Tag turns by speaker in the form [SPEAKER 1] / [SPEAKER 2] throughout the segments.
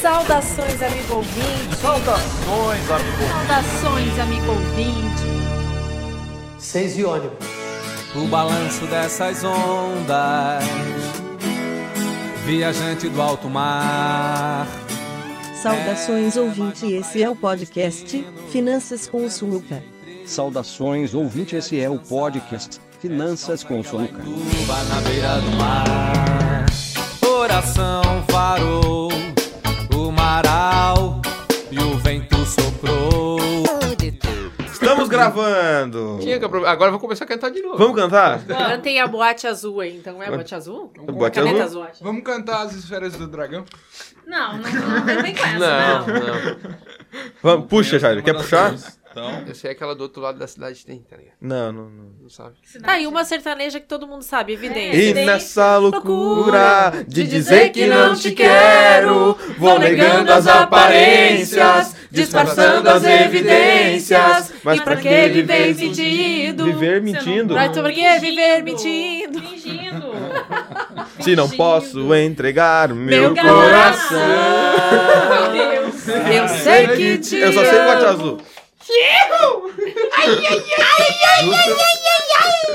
[SPEAKER 1] Saudações, amigo ouvinte.
[SPEAKER 2] Saudações, amigo.
[SPEAKER 1] Saudações, amigo ouvinte.
[SPEAKER 3] Seis e ônibus.
[SPEAKER 4] O balanço dessas ondas, viajante do alto mar.
[SPEAKER 5] Saudações ouvinte, esse é o podcast Finanças com o Suruca.
[SPEAKER 6] Saudações, ouvinte, esse é o podcast Finanças com Soluca.
[SPEAKER 4] Tuba na beira do mar. Coração varou, o maral e o vento soprou.
[SPEAKER 2] Estamos gravando.
[SPEAKER 7] Tinha que aproveitar. Agora eu vou começar a cantar de novo.
[SPEAKER 2] Vamos cantar?
[SPEAKER 1] Agora tem a boate azul aí, então. É a boate azul?
[SPEAKER 2] Boate
[SPEAKER 1] Caneta
[SPEAKER 2] azul?
[SPEAKER 1] azul, acho.
[SPEAKER 8] Vamos cantar as esferas do dragão?
[SPEAKER 1] Não, não, não, eu nem conheço,
[SPEAKER 7] Não,
[SPEAKER 1] não.
[SPEAKER 7] não.
[SPEAKER 2] Vamos, puxa, Jair. Quer
[SPEAKER 9] Uma das
[SPEAKER 2] puxar?
[SPEAKER 9] duas. Então,
[SPEAKER 7] Eu sei é aquela do outro lado da cidade tem, tá ligado?
[SPEAKER 2] Não, não, não.
[SPEAKER 7] Não sabe.
[SPEAKER 1] Tá aí uma sertaneja que todo mundo sabe, evidente.
[SPEAKER 2] E nessa loucura de dizer que não te quero, vou negando as aparências, disfarçando as evidências. Mas
[SPEAKER 1] e pra que viver mentindo?
[SPEAKER 2] Viver mentindo?
[SPEAKER 1] Pra pra que viver mentindo?
[SPEAKER 10] Fingindo.
[SPEAKER 2] Se não posso entregar meu
[SPEAKER 1] Meu
[SPEAKER 2] coração.
[SPEAKER 1] Meu Deus. Eu sei que te
[SPEAKER 2] Eu só sei
[SPEAKER 1] amo.
[SPEAKER 2] bote azul.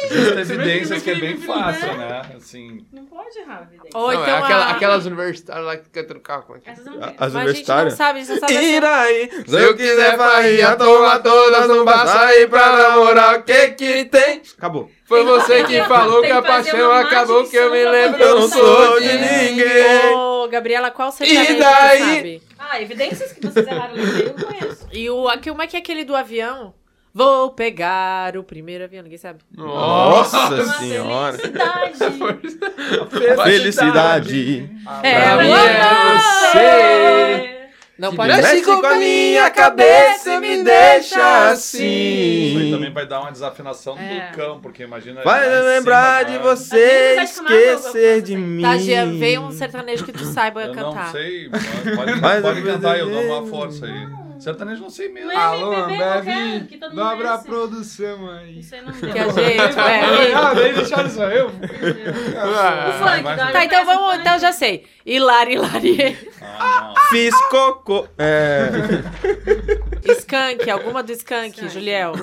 [SPEAKER 9] justa evidência que é bem fácil, né? Assim,
[SPEAKER 10] Não pode errar, Vidente.
[SPEAKER 1] Ou
[SPEAKER 7] Não,
[SPEAKER 1] então
[SPEAKER 7] é aquela-
[SPEAKER 1] a-
[SPEAKER 7] Aquelas universitárias lá que cantam no carro. Como é que é?
[SPEAKER 10] Essas não
[SPEAKER 2] A-
[SPEAKER 10] tem.
[SPEAKER 1] Mas
[SPEAKER 2] As
[SPEAKER 1] a gente não
[SPEAKER 2] universitárias.
[SPEAKER 1] sabe, só sabe assim,
[SPEAKER 2] Ir aí, se eu quiser varrer a turma todas, não basta aí pra namorar, o que que tem? Acabou.
[SPEAKER 7] Foi você que falou que
[SPEAKER 10] Tem que
[SPEAKER 7] a
[SPEAKER 10] fazer
[SPEAKER 7] paixão
[SPEAKER 10] uma
[SPEAKER 7] acabou, que eu me
[SPEAKER 10] maldição
[SPEAKER 7] lembro.
[SPEAKER 10] pra
[SPEAKER 2] Eu não sou de ninguém.
[SPEAKER 1] Ô, Gabriela, qual sertanejo
[SPEAKER 2] E daí?
[SPEAKER 1] você sabe?
[SPEAKER 10] Ah, evidências que vocês erraram no e-mail, eu conheço.
[SPEAKER 1] E o, a- como é que é aquele do avião? Vou pegar o primeiro avião, ninguém sabe.
[SPEAKER 2] Nossa
[SPEAKER 10] Uma
[SPEAKER 2] senhora.
[SPEAKER 10] Felicidade.
[SPEAKER 2] Felicidade.
[SPEAKER 1] É,
[SPEAKER 2] pra
[SPEAKER 1] o
[SPEAKER 2] mim é
[SPEAKER 1] amor.
[SPEAKER 10] É.
[SPEAKER 1] Não
[SPEAKER 2] Pode
[SPEAKER 1] pode
[SPEAKER 2] Mexe com a minha cabeça, me deixa
[SPEAKER 9] isso aí
[SPEAKER 2] assim.
[SPEAKER 9] também vai dar uma desafinação do
[SPEAKER 10] É.
[SPEAKER 9] Lucão, porque imagina.
[SPEAKER 2] Vai
[SPEAKER 9] lá em
[SPEAKER 2] lembrar
[SPEAKER 9] cima,
[SPEAKER 2] de
[SPEAKER 9] né?
[SPEAKER 2] você,
[SPEAKER 10] Mas você vai
[SPEAKER 1] é
[SPEAKER 10] chamar
[SPEAKER 2] esquecer
[SPEAKER 10] a
[SPEAKER 2] de
[SPEAKER 10] Globo,
[SPEAKER 2] mim.
[SPEAKER 1] Tá, Jean, vem um sertanejo que tu saiba
[SPEAKER 9] Eu
[SPEAKER 1] cantar.
[SPEAKER 9] não sei, pode, pode-
[SPEAKER 2] Mas
[SPEAKER 9] pode
[SPEAKER 2] eu-
[SPEAKER 9] cantar, eu dou uma força aí. Sertanejo não sei mesmo.
[SPEAKER 10] Não é?
[SPEAKER 8] Alô,
[SPEAKER 10] MPB qualquer,
[SPEAKER 8] Ambev,
[SPEAKER 10] que todo mundo
[SPEAKER 8] dobra a
[SPEAKER 10] conhece.
[SPEAKER 8] produção aí.
[SPEAKER 10] Isso aí não
[SPEAKER 1] Que a
[SPEAKER 10] deu.
[SPEAKER 1] gente, é,
[SPEAKER 8] Ah, daí deixaram só eu? Ah,
[SPEAKER 10] O funk,
[SPEAKER 9] vai-
[SPEAKER 10] Dora,
[SPEAKER 1] Tá, então
[SPEAKER 10] conhece o
[SPEAKER 1] vamos,
[SPEAKER 10] funk?
[SPEAKER 1] então já sei. Hilari, Hilari.
[SPEAKER 9] Ah,
[SPEAKER 2] Fiz cocô. É.
[SPEAKER 1] Skank, alguma do Skank,
[SPEAKER 10] Skank.
[SPEAKER 1] Juliel.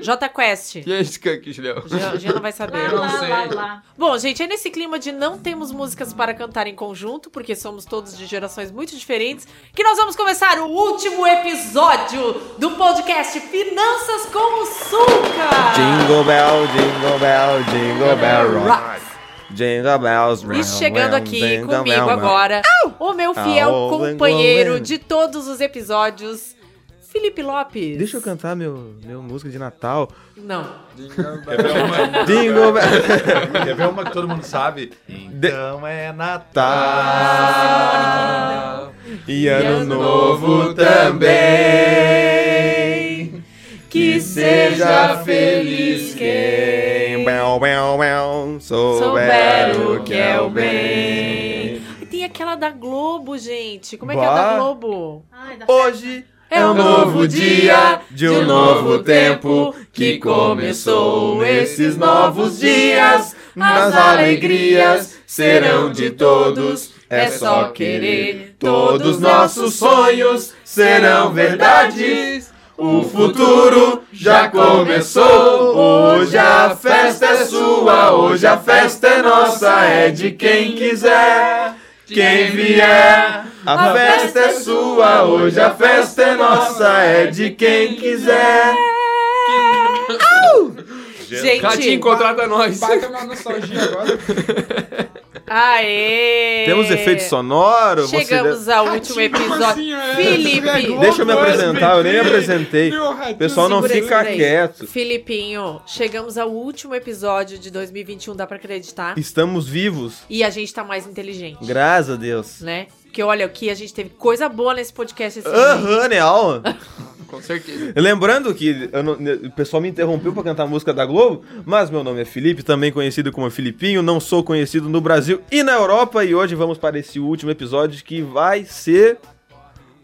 [SPEAKER 1] J Quest.
[SPEAKER 7] Que é esse canque, Julião?
[SPEAKER 1] Jean Jean não vai saber.
[SPEAKER 10] Lá, lá, lá, lá.
[SPEAKER 1] Bom, gente, é nesse clima de não temos músicas para cantar em conjunto, porque somos todos de gerações muito diferentes, que nós vamos começar o último episódio do podcast Finanças com o Suca.
[SPEAKER 2] Jingle bell, jingle bell, jingle bell rock.
[SPEAKER 1] Rocks.
[SPEAKER 2] Jingle bells rock.
[SPEAKER 1] E chegando aqui
[SPEAKER 2] Jingle
[SPEAKER 1] comigo
[SPEAKER 2] bell,
[SPEAKER 1] agora, o meu
[SPEAKER 2] Au,
[SPEAKER 1] fiel companheiro
[SPEAKER 2] Glenn.
[SPEAKER 1] de todos os episódios, Felipe Lopes.
[SPEAKER 2] Deixa eu cantar meu, meu música de Natal.
[SPEAKER 1] Não.
[SPEAKER 9] Quer ver uma-
[SPEAKER 2] Jingle bell.
[SPEAKER 9] Quer ver uma que todo mundo sabe? Então é
[SPEAKER 2] Natal. Tá. E ano
[SPEAKER 1] ano
[SPEAKER 2] novo
[SPEAKER 1] novo
[SPEAKER 2] também.
[SPEAKER 1] Que
[SPEAKER 2] Seja feliz quem bel, bel, bel, souber o que é o bem.
[SPEAKER 1] E tem aquela da Globo, gente. Como é que é
[SPEAKER 2] Bah.
[SPEAKER 1] a da Globo?
[SPEAKER 10] Ai, da
[SPEAKER 2] Hoje
[SPEAKER 1] É um novo dia
[SPEAKER 2] de um novo tempo que começou. Esses novos dias, nas alegrias, serão de todos. É só querer. Todos nossos sonhos serão verdade. O futuro já começou. Hoje a festa é sua, hoje a festa é nossa, é de quem quiser. Quem vier, a festa é sua, hoje a festa é nossa, é de quem quiser.
[SPEAKER 1] É.
[SPEAKER 7] Catinho,
[SPEAKER 1] Gente,
[SPEAKER 7] contrata nós.
[SPEAKER 8] Bate uma nostalgia agora.
[SPEAKER 1] aê!
[SPEAKER 2] Temos efeito sonoro? você
[SPEAKER 1] É. Chegamos ao último episódio. Felipe!
[SPEAKER 2] deve- assim, é? Deixa eu me apresentar, eu nem apresentei. O pessoal não
[SPEAKER 1] Segura aí,
[SPEAKER 2] fica
[SPEAKER 1] segura aí.
[SPEAKER 2] quieto.
[SPEAKER 1] Filipinho, chegamos ao último episódio de 2021, dá pra acreditar.
[SPEAKER 2] Estamos vivos,
[SPEAKER 1] E a gente tá mais inteligente,
[SPEAKER 2] graças a Deus.
[SPEAKER 1] né? Porque olha aqui, a gente teve coisa boa nesse podcast esse ano.
[SPEAKER 2] Aham, né, Alan?
[SPEAKER 7] Com certeza.
[SPEAKER 2] Lembrando que eu não- o pessoal me interrompeu pra cantar a música da Globo, mas meu nome é Felipe, também conhecido como Filipinho, não sou conhecido no Brasil e na Europa, e hoje vamos para esse último episódio que vai ser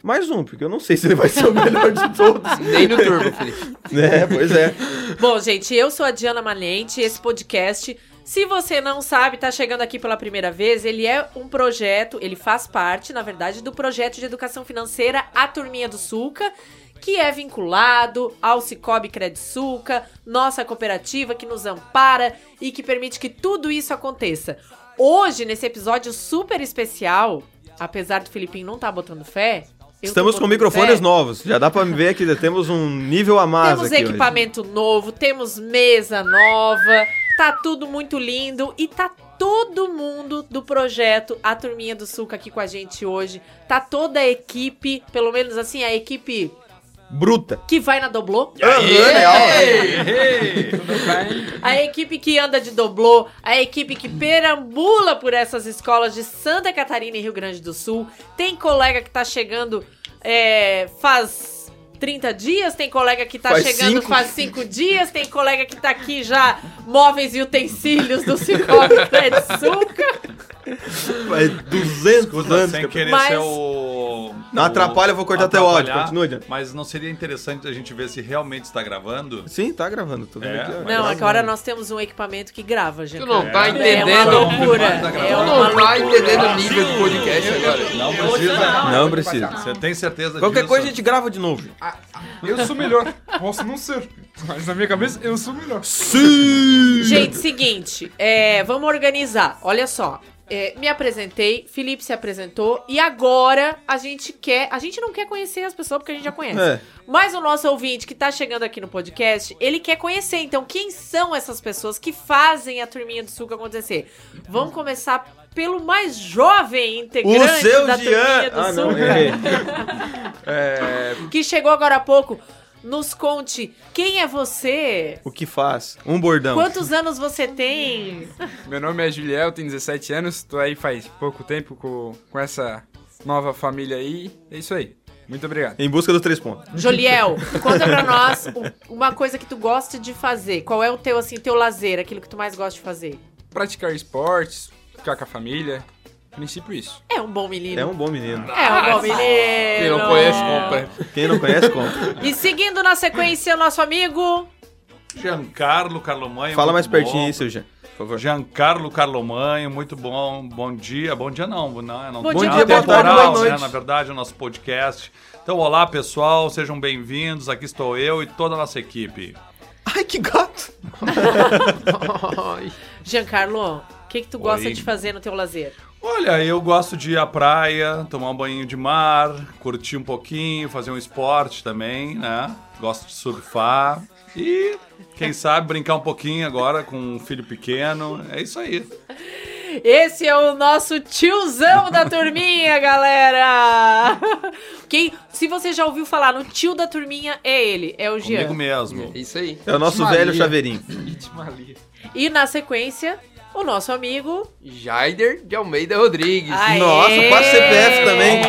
[SPEAKER 2] mais um, porque eu não sei se ele vai ser o melhor de todos.
[SPEAKER 7] Nem no turbo, Felipe.
[SPEAKER 2] É, pois é.
[SPEAKER 1] Bom, gente, eu sou a Diana Malente, esse podcast Se você não sabe, tá chegando aqui pela primeira vez, ele é um projeto, ele faz parte, na verdade, do projeto de educação financeira A Turminha do Sulca, que é vinculado ao Cicobi Credsuca, nossa cooperativa que nos ampara e que permite que tudo isso aconteça. Hoje, nesse episódio super especial, apesar do Filipinho não tá botando fé... eu tô
[SPEAKER 11] Estamos com
[SPEAKER 1] botando
[SPEAKER 11] microfones
[SPEAKER 1] fé.
[SPEAKER 11] novos. Já dá pra ver que temos um nível a mais
[SPEAKER 1] Temos
[SPEAKER 11] aqui hoje.
[SPEAKER 1] equipamento novo, temos mesa nova, tá tudo muito lindo e tá todo mundo do projeto A Turminha do Suca aqui com a gente hoje. Tá toda a equipe, pelo menos assim, a equipe
[SPEAKER 11] Bruta.
[SPEAKER 1] que vai na doblô, a equipe que anda de doblô, a equipe que perambula por essas escolas de Santa Catarina e Rio Grande do Sul. Tem colega que tá chegando é, faz 30 dias, tem colega que tá
[SPEAKER 11] Faz
[SPEAKER 1] chegando
[SPEAKER 11] cinco.
[SPEAKER 1] faz 5 dias, tem colega que tá aqui já móveis e utensílios do Cicobi Credsuca.
[SPEAKER 2] É
[SPEAKER 11] Faz 200 anos.
[SPEAKER 9] sem
[SPEAKER 11] que eu-
[SPEAKER 9] querer
[SPEAKER 1] Mas-
[SPEAKER 9] ser o.
[SPEAKER 11] Não
[SPEAKER 9] o-
[SPEAKER 11] atrapalha, eu vou cortar teu áudio.
[SPEAKER 9] atrapalhar,
[SPEAKER 11] Continua, Diana.
[SPEAKER 9] Mas não seria interessante a gente ver se realmente está gravando?
[SPEAKER 11] Sim, tá gravando. Tô vendo
[SPEAKER 9] É,
[SPEAKER 11] aqui, ó.
[SPEAKER 9] mas-
[SPEAKER 1] Não, agora nós temos um equipamento que grava, gente.
[SPEAKER 7] Tu não tá
[SPEAKER 1] É
[SPEAKER 7] entendendo.
[SPEAKER 1] uma loucura.
[SPEAKER 7] Tu
[SPEAKER 1] É uma
[SPEAKER 7] não tá
[SPEAKER 1] loucura.
[SPEAKER 7] entendendo o nível do podcast agora.
[SPEAKER 9] Não precisa.
[SPEAKER 11] Não precisa.
[SPEAKER 9] Você tem certeza
[SPEAKER 11] Qualquer
[SPEAKER 9] disso?
[SPEAKER 11] coisa a gente grava de novo.
[SPEAKER 8] Eu sou melhor. Posso não ser. Mas na minha cabeça, eu sou melhor.
[SPEAKER 1] Gente, seguinte, é, vamos organizar. Olha só. é, me apresentei, Felipe se apresentou e agora a gente quer. A gente não quer conhecer as pessoas porque a gente já conhece.
[SPEAKER 11] É.
[SPEAKER 1] Mas o nosso ouvinte que tá chegando aqui no podcast, ele quer conhecer. Então, quem são essas pessoas que fazem a turminha do suco acontecer? Vamos começar pelo mais jovem
[SPEAKER 11] O
[SPEAKER 1] integrante
[SPEAKER 11] seu
[SPEAKER 1] da turminha
[SPEAKER 11] Jean.
[SPEAKER 1] do
[SPEAKER 11] Ah, não,
[SPEAKER 1] Suca
[SPEAKER 11] errei.
[SPEAKER 1] que chegou agora há pouco. Nos conte quem é você,
[SPEAKER 11] O que faz? Um bordão.
[SPEAKER 1] quantos anos você tem.
[SPEAKER 12] Meu nome é Juliel, tenho 17 anos, tô aí faz pouco tempo com, com essa nova família aí. É isso aí. Muito obrigado.
[SPEAKER 11] Em busca dos três pontos.
[SPEAKER 1] Joliel, conta pra nós o- uma coisa que tu gosta de fazer. Qual é o teu, assim, teu lazer, aquilo que tu mais gosta de fazer?
[SPEAKER 12] Praticar esportes, ficar com a família, a princípio isso.
[SPEAKER 1] É um bom menino.
[SPEAKER 11] É um bom menino.
[SPEAKER 1] É um bom
[SPEAKER 7] Quem
[SPEAKER 1] menino.
[SPEAKER 7] não conhece, compra.
[SPEAKER 11] Quem não conhece, conta.
[SPEAKER 1] E seguindo na sequência, o nosso amigo...
[SPEAKER 9] Giancarlo
[SPEAKER 7] é
[SPEAKER 9] Carlomanho.
[SPEAKER 11] Fala mais
[SPEAKER 9] muito bom.
[SPEAKER 11] pertinho aí, seu Jean. Por favor.
[SPEAKER 9] Giancarlo Carlomanho, muito bom. Bom dia. Bom dia não, não, não
[SPEAKER 1] Bom
[SPEAKER 9] tem
[SPEAKER 1] dia,
[SPEAKER 9] nada
[SPEAKER 1] boa tarde,
[SPEAKER 11] boa
[SPEAKER 9] temporal,
[SPEAKER 11] noite.
[SPEAKER 9] Né, na verdade, é o nosso podcast. Então, olá pessoal, sejam bem-vindos. Aqui estou eu e toda a nossa equipe.
[SPEAKER 11] Ai, que gato.
[SPEAKER 1] Giancarlo, o que, que tu gosta
[SPEAKER 9] Oi.
[SPEAKER 1] de fazer no teu lazer?
[SPEAKER 9] Olha, eu gosto de ir à praia, tomar um banho de mar, curtir um pouquinho, fazer um esporte também, né? Gosto de surfar e, quem sabe, brincar um pouquinho agora com um filho pequeno. É isso aí.
[SPEAKER 1] Esse é o nosso tiozão da turminha, galera! Quem, se você já ouviu falar no tio da turminha, é ele, é o
[SPEAKER 9] Comigo
[SPEAKER 1] Jean.
[SPEAKER 9] mesmo.
[SPEAKER 7] É isso aí.
[SPEAKER 11] É o nosso
[SPEAKER 7] Maria.
[SPEAKER 11] velho chaveirinho.
[SPEAKER 1] E na sequência, o nosso amigo...
[SPEAKER 7] Jaider de Almeida Rodrigues.
[SPEAKER 1] Aê! É.
[SPEAKER 11] Nossa, quase CPF também.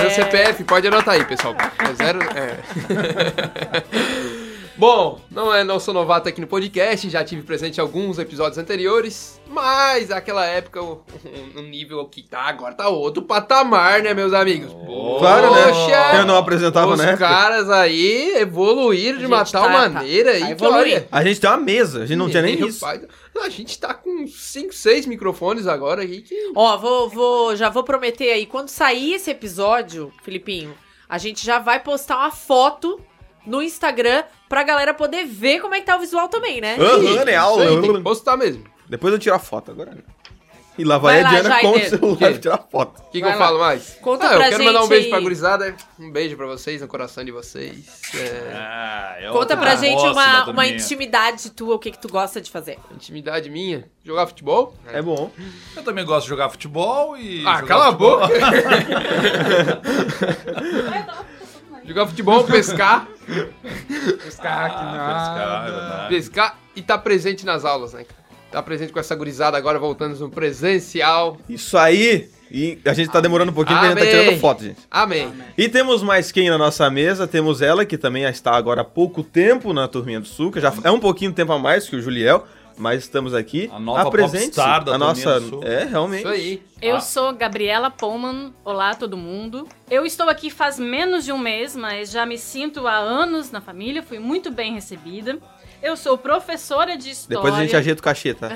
[SPEAKER 7] Meu CPF, pode anotar aí, pessoal. É zero. É. Bom, não, é, não sou novato aqui no podcast, já tive presente em alguns episódios anteriores, mas aquela época o, o nível que tá agora tá outro patamar, né, meus amigos?
[SPEAKER 11] Claro, né?
[SPEAKER 7] Poxa,
[SPEAKER 11] Eu não apresentava,
[SPEAKER 7] Os
[SPEAKER 11] né?
[SPEAKER 7] caras aí evoluíram
[SPEAKER 1] A
[SPEAKER 7] de
[SPEAKER 1] gente
[SPEAKER 7] uma tal
[SPEAKER 1] tá- tá-
[SPEAKER 7] maneira aí
[SPEAKER 1] tá
[SPEAKER 7] que olha,
[SPEAKER 1] evoluindo.
[SPEAKER 11] A gente tem uma mesa, a gente não tinha nem
[SPEAKER 7] meu
[SPEAKER 11] isso.
[SPEAKER 7] pai, a gente tá com 5, 6 microfones agora aí que.
[SPEAKER 1] Ó, vou, vou, já vou prometer aí, quando sair esse episódio, Filipinho, a gente já vai postar uma foto no Instagram pra galera poder ver como é que tá o visual também, né?
[SPEAKER 2] Ah,
[SPEAKER 11] Aham, né? Aula.
[SPEAKER 7] Isso aí, tem que postar mesmo.
[SPEAKER 11] Depois eu tiro a foto agora. né? E lá vai, a
[SPEAKER 1] Vai lá,
[SPEAKER 11] Diana com o
[SPEAKER 1] Jaime.
[SPEAKER 11] celular
[SPEAKER 7] Que?
[SPEAKER 11] tirar a foto.
[SPEAKER 7] O que, que
[SPEAKER 1] Vai
[SPEAKER 7] eu
[SPEAKER 1] lá.
[SPEAKER 7] falo mais?
[SPEAKER 1] Conta
[SPEAKER 7] ah, eu
[SPEAKER 1] pra
[SPEAKER 7] quero mandar um
[SPEAKER 1] gente
[SPEAKER 7] beijo
[SPEAKER 1] aí.
[SPEAKER 7] pra gurizada. Um beijo pra vocês, no coração de vocês. É,
[SPEAKER 9] Ah, é
[SPEAKER 1] Conta
[SPEAKER 9] outra
[SPEAKER 1] pra gente
[SPEAKER 9] moça da
[SPEAKER 1] uma, uma
[SPEAKER 9] turminha.
[SPEAKER 1] intimidade tua, o que que tu gosta de fazer.
[SPEAKER 7] intimidade minha. Jogar futebol?
[SPEAKER 11] É bom.
[SPEAKER 9] Eu também gosto de jogar futebol e.
[SPEAKER 7] Ah,
[SPEAKER 9] jogar
[SPEAKER 7] cala a
[SPEAKER 9] futebol.
[SPEAKER 7] boca! Jogar futebol, pescar.
[SPEAKER 12] Ah,
[SPEAKER 8] Pescar que
[SPEAKER 9] Pescar, é
[SPEAKER 8] nada.
[SPEAKER 9] verdade.
[SPEAKER 7] Pescar e tá presente nas aulas, né, cara? Tá presente com essa gurizada agora, voltando no presencial.
[SPEAKER 11] Isso aí. E a gente tá demorando um pouquinho porque a gente tá
[SPEAKER 7] Amém.
[SPEAKER 11] tirando foto, gente.
[SPEAKER 7] Amém.
[SPEAKER 11] E temos mais quem na nossa mesa? Temos ela, que também está agora há pouco tempo na Turminha do Suca. Já é um pouquinho tempo a mais que o Juliel, mas estamos aqui.
[SPEAKER 9] A nova
[SPEAKER 11] Apresente-se.
[SPEAKER 9] popstar da
[SPEAKER 11] a
[SPEAKER 9] Turminha
[SPEAKER 11] nossa...
[SPEAKER 9] do Suca.
[SPEAKER 11] É, realmente.
[SPEAKER 7] Isso aí.
[SPEAKER 9] Ah.
[SPEAKER 10] Eu sou Gabriela Pullman. Olá, todo mundo. Eu estou aqui faz menos de um mês, mas já me sinto há anos na família. Fui muito bem recebida. Eu sou professora de história.
[SPEAKER 2] Depois a gente ajeita o cachê, tá?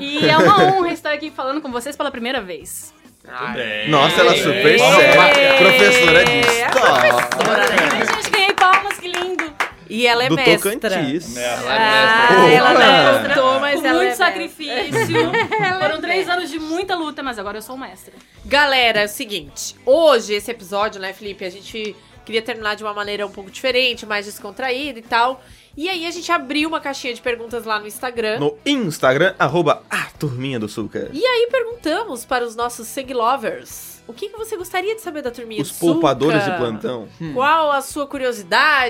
[SPEAKER 10] E é uma honra estar aqui falando com vocês pela primeira vez.
[SPEAKER 9] Ah,
[SPEAKER 2] Nossa, ela é super
[SPEAKER 7] É.
[SPEAKER 2] séria. Professora é de história.
[SPEAKER 10] Ai, gente, ganhei palmas, que lindo.
[SPEAKER 1] né? E ela é
[SPEAKER 2] Do
[SPEAKER 1] mestra.
[SPEAKER 2] Tocantins.
[SPEAKER 10] Ah,
[SPEAKER 2] Opa!
[SPEAKER 10] ela
[SPEAKER 1] Opa!
[SPEAKER 10] não
[SPEAKER 1] mas
[SPEAKER 10] mas com
[SPEAKER 1] ela
[SPEAKER 10] muito
[SPEAKER 1] é
[SPEAKER 10] sacrifício. Foram três anos de muita luta, mas agora eu sou um mestra.
[SPEAKER 1] Galera, é o seguinte. Hoje, esse episódio, né, Felipe? A gente queria terminar de uma maneira um pouco diferente, mais descontraída e tal. E aí a gente abriu uma caixinha de perguntas lá no Instagram.
[SPEAKER 2] No Instagram, arroba a turminha do Sulca.
[SPEAKER 1] E aí perguntamos para os nossos seglovers o que, que você gostaria de saber da turminha
[SPEAKER 2] Os poupadores
[SPEAKER 1] Suca?
[SPEAKER 2] de plantão.
[SPEAKER 1] Qual a sua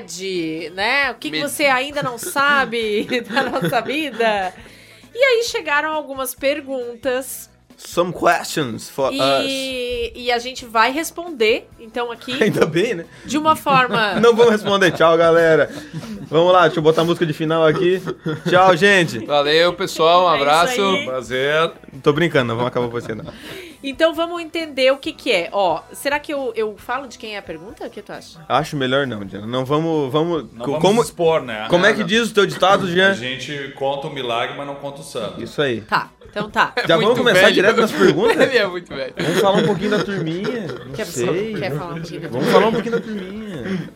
[SPEAKER 1] curiosidade, né? O que, que
[SPEAKER 2] Medo.
[SPEAKER 1] você ainda não sabe da nossa vida? E aí chegaram algumas perguntas
[SPEAKER 2] Some questions for us.
[SPEAKER 1] e, e a gente vai responder, então, aqui
[SPEAKER 2] ah, Ainda bem, né?
[SPEAKER 1] de uma forma...
[SPEAKER 2] Não vamos responder. Tchau, galera. Vamos lá, deixa eu botar a música de final aqui. Tchau, gente.
[SPEAKER 7] Valeu, pessoal. Um
[SPEAKER 1] É isso
[SPEAKER 7] abraço.
[SPEAKER 1] aí.
[SPEAKER 2] Prazer. Tô brincando, não vamos acabar com você, não.
[SPEAKER 1] Então vamos entender o que que é. Ó, será que eu, eu falo de quem é a pergunta? O que tu acha?
[SPEAKER 2] Acho melhor não, Diana. Não vamos. vamos
[SPEAKER 9] Não vamos
[SPEAKER 2] como,
[SPEAKER 9] expor, né?
[SPEAKER 2] Como é
[SPEAKER 9] Não,
[SPEAKER 2] que
[SPEAKER 9] não.
[SPEAKER 2] diz o teu ditado,
[SPEAKER 9] A
[SPEAKER 2] Jean?
[SPEAKER 9] gente conta o milagre, mas não conta o santo.
[SPEAKER 2] Isso aí.
[SPEAKER 1] Tá, então tá.
[SPEAKER 2] Já vamos começar direto nas perguntas?
[SPEAKER 7] Ele é muito velho.
[SPEAKER 2] Vamos falar um pouquinho da turminha. Não
[SPEAKER 1] Quer-
[SPEAKER 2] sei.
[SPEAKER 1] quer falar um pouquinho da
[SPEAKER 2] Vamos
[SPEAKER 1] turminha?
[SPEAKER 2] falar um pouquinho da turminha.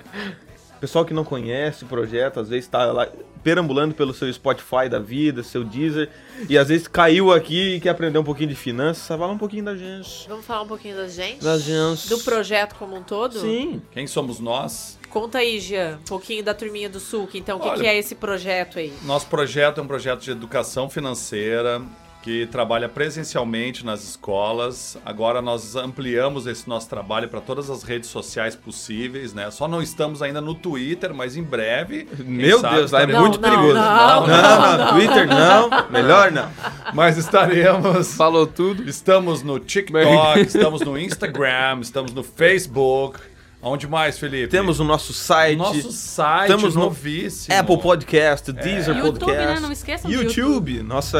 [SPEAKER 2] Pessoal que não conhece o projeto, às vezes tá lá perambulando pelo seu Spotify da vida, seu Deezer, e às vezes caiu aqui e quer aprender um pouquinho de finanças, vai falar um pouquinho da gente.
[SPEAKER 1] Vamos falar um pouquinho da gente?
[SPEAKER 2] Da gente.
[SPEAKER 1] Do projeto como um todo?
[SPEAKER 2] Sim.
[SPEAKER 9] Quem somos nós?
[SPEAKER 1] Conta aí, Jean, um pouquinho da turminha do Suc, então, o que,
[SPEAKER 9] Olha-
[SPEAKER 1] que é esse projeto aí?
[SPEAKER 9] Nosso projeto é um projeto de educação financeira que trabalha presencialmente nas escolas. Agora nós ampliamos esse nosso trabalho para todas as redes sociais possíveis, né? Só não estamos ainda no Twitter, mas em breve. quem
[SPEAKER 2] Meu
[SPEAKER 9] sabe,
[SPEAKER 2] Deus, lá é
[SPEAKER 9] estaremos-
[SPEAKER 2] muito perigoso. não, não, Ah, Twitter não, melhor não.
[SPEAKER 9] Mas estaremos.
[SPEAKER 7] Falou tudo.
[SPEAKER 9] Estamos no TikTok, estamos no Instagram, estamos no Facebook. Onde mais, Felipe?
[SPEAKER 2] Temos o nosso site.
[SPEAKER 9] Nosso site
[SPEAKER 2] Estamos no
[SPEAKER 9] novíssimo.
[SPEAKER 2] Apple Podcast, Deezer
[SPEAKER 10] YouTube,
[SPEAKER 2] É Podcast.
[SPEAKER 10] né? Não esqueçam do
[SPEAKER 2] YouTube. Nossa.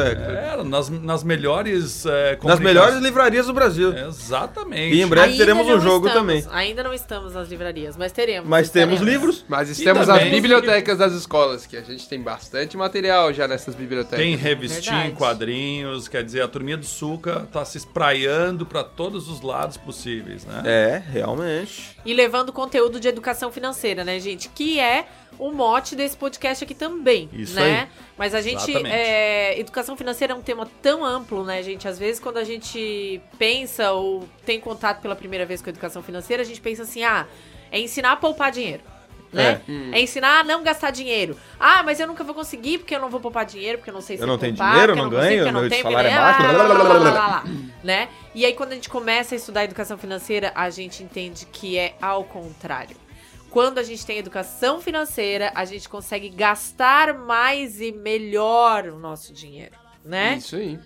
[SPEAKER 9] É, nas, nas melhores. É,
[SPEAKER 2] Nas
[SPEAKER 9] comunica-
[SPEAKER 2] melhores livrarias do Brasil.
[SPEAKER 9] Exatamente.
[SPEAKER 2] E em breve
[SPEAKER 1] Ainda
[SPEAKER 2] teremos
[SPEAKER 1] não
[SPEAKER 2] um jogo
[SPEAKER 1] estamos-
[SPEAKER 2] também.
[SPEAKER 1] Ainda não estamos nas livrarias, mas teremos.
[SPEAKER 2] Mas temos
[SPEAKER 1] estaremos.
[SPEAKER 2] livros.
[SPEAKER 7] Mas
[SPEAKER 2] E
[SPEAKER 7] estamos
[SPEAKER 2] também-
[SPEAKER 7] nas bibliotecas das escolas, que a gente tem bastante material já nessas bibliotecas.
[SPEAKER 9] Tem revistinha em quadrinhos, quer dizer, a turminha do Suca tá se espraiando pra todos os lados possíveis, né?
[SPEAKER 2] É, realmente.
[SPEAKER 1] E levando conteúdo de educação financeira, né, gente? Que é o mote desse podcast aqui também,
[SPEAKER 2] Isso
[SPEAKER 1] né?
[SPEAKER 2] aí.
[SPEAKER 1] Mas a gente...
[SPEAKER 2] Exatamente.
[SPEAKER 1] é, educação financeira é um tema tão amplo, né, gente? Às vezes, quando a gente pensa ou tem contato pela primeira vez com a educação financeira, a gente pensa assim, ah, é ensinar a poupar dinheiro. Né?
[SPEAKER 2] É.
[SPEAKER 1] É ensinar a não gastar dinheiro. Ah, mas eu nunca vou conseguir porque eu não vou poupar dinheiro, porque eu não sei se
[SPEAKER 2] Eu não tenho
[SPEAKER 1] poupar,
[SPEAKER 2] dinheiro,
[SPEAKER 1] porque
[SPEAKER 2] não
[SPEAKER 1] eu sei,
[SPEAKER 2] ganho,
[SPEAKER 1] porque eu não
[SPEAKER 2] meu
[SPEAKER 1] tenho,
[SPEAKER 2] salário
[SPEAKER 1] porque-
[SPEAKER 2] é baixo,
[SPEAKER 1] Ah,
[SPEAKER 2] blá, blá, blá, blá, blá.
[SPEAKER 1] lá, né? E aí quando a gente começa a estudar educação financeira, a gente entende que é ao contrário. Quando a gente tem educação financeira, a gente consegue gastar mais e melhor o nosso dinheiro, né?
[SPEAKER 7] Isso aí.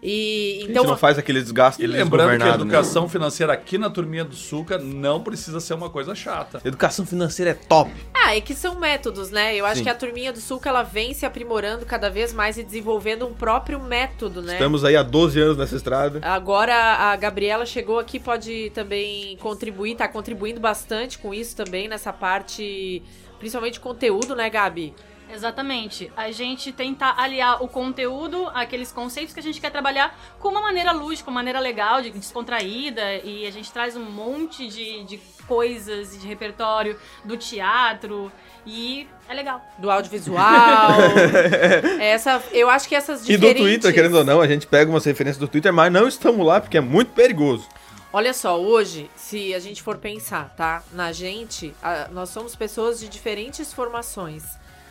[SPEAKER 1] E
[SPEAKER 2] a gente
[SPEAKER 1] então
[SPEAKER 2] não faz aquele desgaste
[SPEAKER 9] E lembrando que a
[SPEAKER 2] desgovernado, né?
[SPEAKER 9] educação financeira aqui na turminha do Suca não precisa ser uma coisa chata.
[SPEAKER 2] Educação financeira é top.
[SPEAKER 1] Ah, é que são métodos, né? Eu acho
[SPEAKER 2] Sim.
[SPEAKER 1] que a turminha do Sul ela vem se aprimorando cada vez mais e desenvolvendo um próprio método, né?
[SPEAKER 2] Estamos aí há 12 anos nessa estrada.
[SPEAKER 1] Agora a Gabriela chegou aqui, pode também contribuir, tá contribuindo bastante com isso também, nessa parte, principalmente de conteúdo, né, Gabi?
[SPEAKER 10] Exatamente. A gente tenta aliar o conteúdo, aqueles conceitos que a gente quer trabalhar, com uma maneira lúdica, uma maneira legal, de- descontraída. E a gente traz um monte de, de coisas e de repertório do teatro. E é legal.
[SPEAKER 1] Do audiovisual. essa, eu acho que essas
[SPEAKER 2] E
[SPEAKER 1] diferentes...
[SPEAKER 2] do Twitter, querendo ou não, a gente pega umas referências do Twitter, mas não estamos lá porque é muito perigoso.
[SPEAKER 1] Olha só, hoje, se a gente for pensar, tá? Na gente, a- nós somos pessoas de diferentes formações.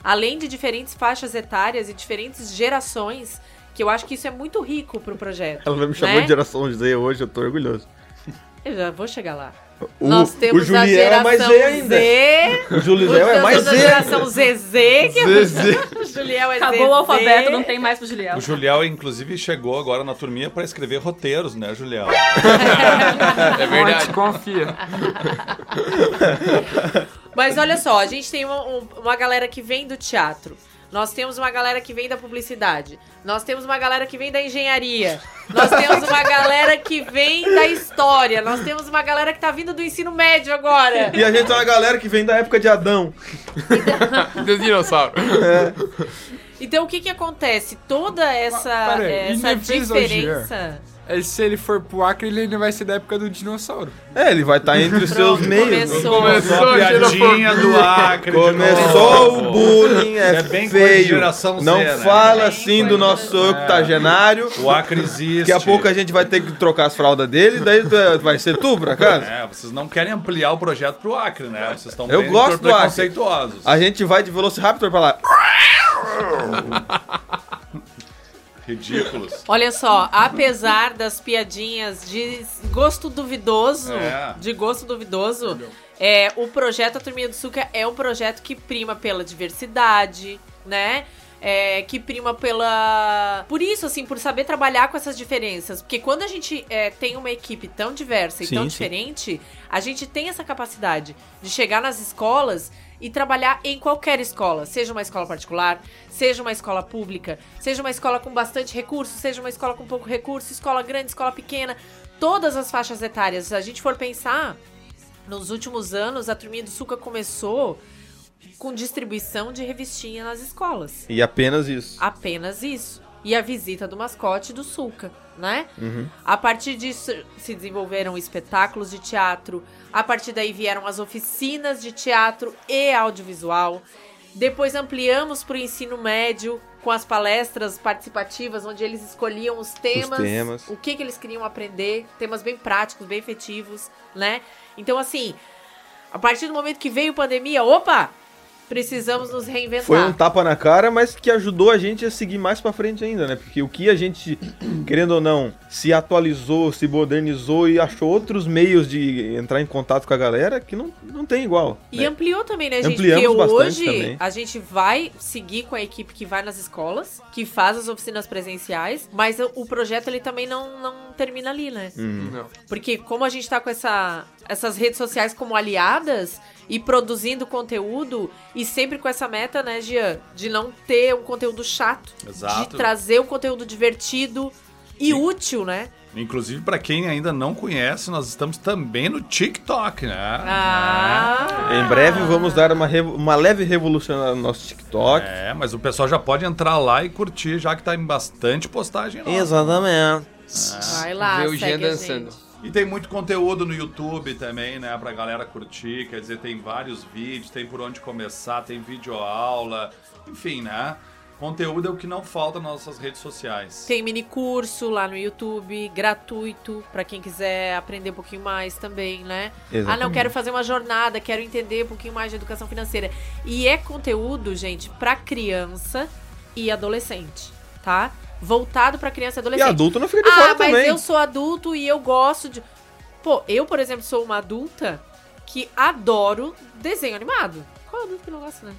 [SPEAKER 1] Além de diferentes faixas etárias e diferentes gerações, que eu acho que isso é muito rico pro projeto.
[SPEAKER 2] Ela me chamou
[SPEAKER 1] né?
[SPEAKER 2] de geração Z hoje, eu tô orgulhoso.
[SPEAKER 1] Eu já vou chegar lá.
[SPEAKER 2] O-
[SPEAKER 1] Nós
[SPEAKER 2] o
[SPEAKER 1] temos a
[SPEAKER 2] Juliel é
[SPEAKER 1] geração
[SPEAKER 2] mais
[SPEAKER 1] Z
[SPEAKER 2] Z ainda. O Juliel
[SPEAKER 1] nós
[SPEAKER 2] é
[SPEAKER 1] temos
[SPEAKER 2] mais
[SPEAKER 1] a
[SPEAKER 2] Z.
[SPEAKER 1] geração ZZ. Que é-
[SPEAKER 2] ZZ.
[SPEAKER 1] o Juliel é
[SPEAKER 10] Acabou
[SPEAKER 1] ZZ.
[SPEAKER 10] o alfabeto, não tem mais pro Juliel.
[SPEAKER 9] O Juliel, inclusive, chegou agora na turminha pra escrever roteiros, né, Juliel?
[SPEAKER 1] Ah,
[SPEAKER 7] É verdade.
[SPEAKER 12] confia.
[SPEAKER 1] Mas olha só, a gente tem uma, um- uma galera que vem do teatro. Nós temos uma galera que vem da publicidade. Nós temos uma galera que vem da engenharia. Nós temos uma galera que vem da história. Nós temos uma galera que tá vindo do ensino médio agora.
[SPEAKER 11] E a gente é uma galera que vem da época de Adão.
[SPEAKER 7] Do dinossauro.
[SPEAKER 1] Então o que que acontece? Toda essa,
[SPEAKER 12] Pera aí,
[SPEAKER 1] essa
[SPEAKER 12] em defesa do Jean,
[SPEAKER 1] diferença...
[SPEAKER 12] é, se ele for pro Acre, ele não vai ser da época do dinossauro.
[SPEAKER 11] É, ele vai estar entre os seus
[SPEAKER 12] Pronto,
[SPEAKER 11] meios.
[SPEAKER 12] começou. Começou
[SPEAKER 11] Uma
[SPEAKER 12] a
[SPEAKER 9] piadinha do Acre de
[SPEAKER 11] Começou
[SPEAKER 9] novo.
[SPEAKER 11] o bullying, é,
[SPEAKER 9] É bem coisa de
[SPEAKER 11] feio.
[SPEAKER 9] geração Z,
[SPEAKER 11] Não
[SPEAKER 9] né?
[SPEAKER 11] fala assim do nosso eu octogenário.
[SPEAKER 9] O Acre existe.
[SPEAKER 11] Daqui a pouco a gente vai ter que trocar as fraldas dele, daí tu é- vai ser tu, por acaso?
[SPEAKER 9] É, vocês não querem ampliar o projeto pro Acre, né? Vocês estão
[SPEAKER 11] Eu
[SPEAKER 9] bem
[SPEAKER 11] gosto do Acre.
[SPEAKER 9] preconceituosos.
[SPEAKER 11] A gente vai de Velociraptor pra lá.
[SPEAKER 9] Ridículos.
[SPEAKER 1] Olha só, apesar das piadinhas de gosto duvidoso,
[SPEAKER 9] É.
[SPEAKER 1] de gosto duvidoso, é, o projeto A Turminha do Suca é um projeto que prima pela diversidade, né? É, que prima pela. Por isso, assim, por saber trabalhar com essas diferenças. Porque quando a gente é, tem uma equipe tão diversa e
[SPEAKER 13] Sim,
[SPEAKER 1] tão
[SPEAKER 13] sim.
[SPEAKER 1] diferente, a gente tem essa capacidade de chegar nas escolas e trabalhar em qualquer escola, seja uma escola particular, seja uma escola pública, seja uma escola com bastante recurso, seja uma escola com pouco recurso, escola grande, escola pequena, todas as faixas etárias. Se a gente for pensar, nos últimos anos a turminha do Suca começou com distribuição de revistinha nas escolas.
[SPEAKER 11] E apenas
[SPEAKER 12] Ah,
[SPEAKER 11] isso.
[SPEAKER 1] Apenas isso. E a visita do mascote do Suca, né?
[SPEAKER 11] Uhum.
[SPEAKER 1] A partir disso se desenvolveram espetáculos de teatro, a partir daí vieram as oficinas de teatro e audiovisual. Depois ampliamos para o ensino médio com as palestras participativas, onde eles escolhiam os temas,
[SPEAKER 11] temas.
[SPEAKER 1] o que, que eles queriam aprender, temas bem práticos, bem efetivos, né? Então, assim, a partir do momento que veio pandemia, opa! Precisamos nos reinventar.
[SPEAKER 11] Foi
[SPEAKER 12] tá.
[SPEAKER 11] um tapa na cara, mas que ajudou a gente a seguir mais pra frente ainda, né? Porque o que a gente, querendo ou não, se atualizou, se modernizou e achou outros meios de entrar em contato com a galera que não, não tem igual.
[SPEAKER 1] E
[SPEAKER 11] né?
[SPEAKER 1] ampliou também, né, gente?
[SPEAKER 11] Ampliamos
[SPEAKER 1] Porque
[SPEAKER 11] bastante
[SPEAKER 1] hoje
[SPEAKER 11] também.
[SPEAKER 1] a gente vai seguir com a equipe que vai nas escolas, que faz as oficinas presenciais, mas o projeto ele também não, não termina ali, né?
[SPEAKER 11] Hum.
[SPEAKER 1] Porque como a gente tá com essa, essas redes sociais como aliadas e produzindo conteúdo, e sempre com essa meta, né, Gia, de não ter um conteúdo chato,
[SPEAKER 9] Exato.
[SPEAKER 1] de trazer um conteúdo divertido e útil, né?
[SPEAKER 9] Inclusive, pra quem ainda não conhece, nós estamos também no TikTok, né?
[SPEAKER 1] Ah.
[SPEAKER 11] Em breve vamos dar uma, revo- uma leve revolucionada no nosso TikTok.
[SPEAKER 9] É, mas o pessoal já pode entrar lá e curtir, já que tá em bastante postagem lá.
[SPEAKER 11] Exatamente.
[SPEAKER 1] Ah, Vai lá,
[SPEAKER 9] Ver o Jean
[SPEAKER 1] segue a gente.
[SPEAKER 9] dançando. E tem muito conteúdo no YouTube também, né? Pra galera curtir. Quer dizer, tem vários vídeos, tem por onde começar, tem videoaula. Enfim, né? Conteúdo é o que não falta nas nossas redes sociais.
[SPEAKER 1] Tem mini curso lá no YouTube, gratuito, pra quem quiser aprender um pouquinho mais também, né? Ah, não,
[SPEAKER 13] Exatamente.
[SPEAKER 1] quero fazer uma jornada, quero entender um pouquinho mais de educação financeira. E é conteúdo, gente, pra criança e adolescente, tá? Voltado pra criança e
[SPEAKER 11] E
[SPEAKER 1] adolescente.
[SPEAKER 11] adulto não fica de
[SPEAKER 1] ah,
[SPEAKER 11] fora
[SPEAKER 1] mas
[SPEAKER 11] também.
[SPEAKER 1] eu sou adulto e eu gosto de. Pô, eu, por exemplo, sou uma adulta que adoro desenho animado. Qual adulto que não gosta, né?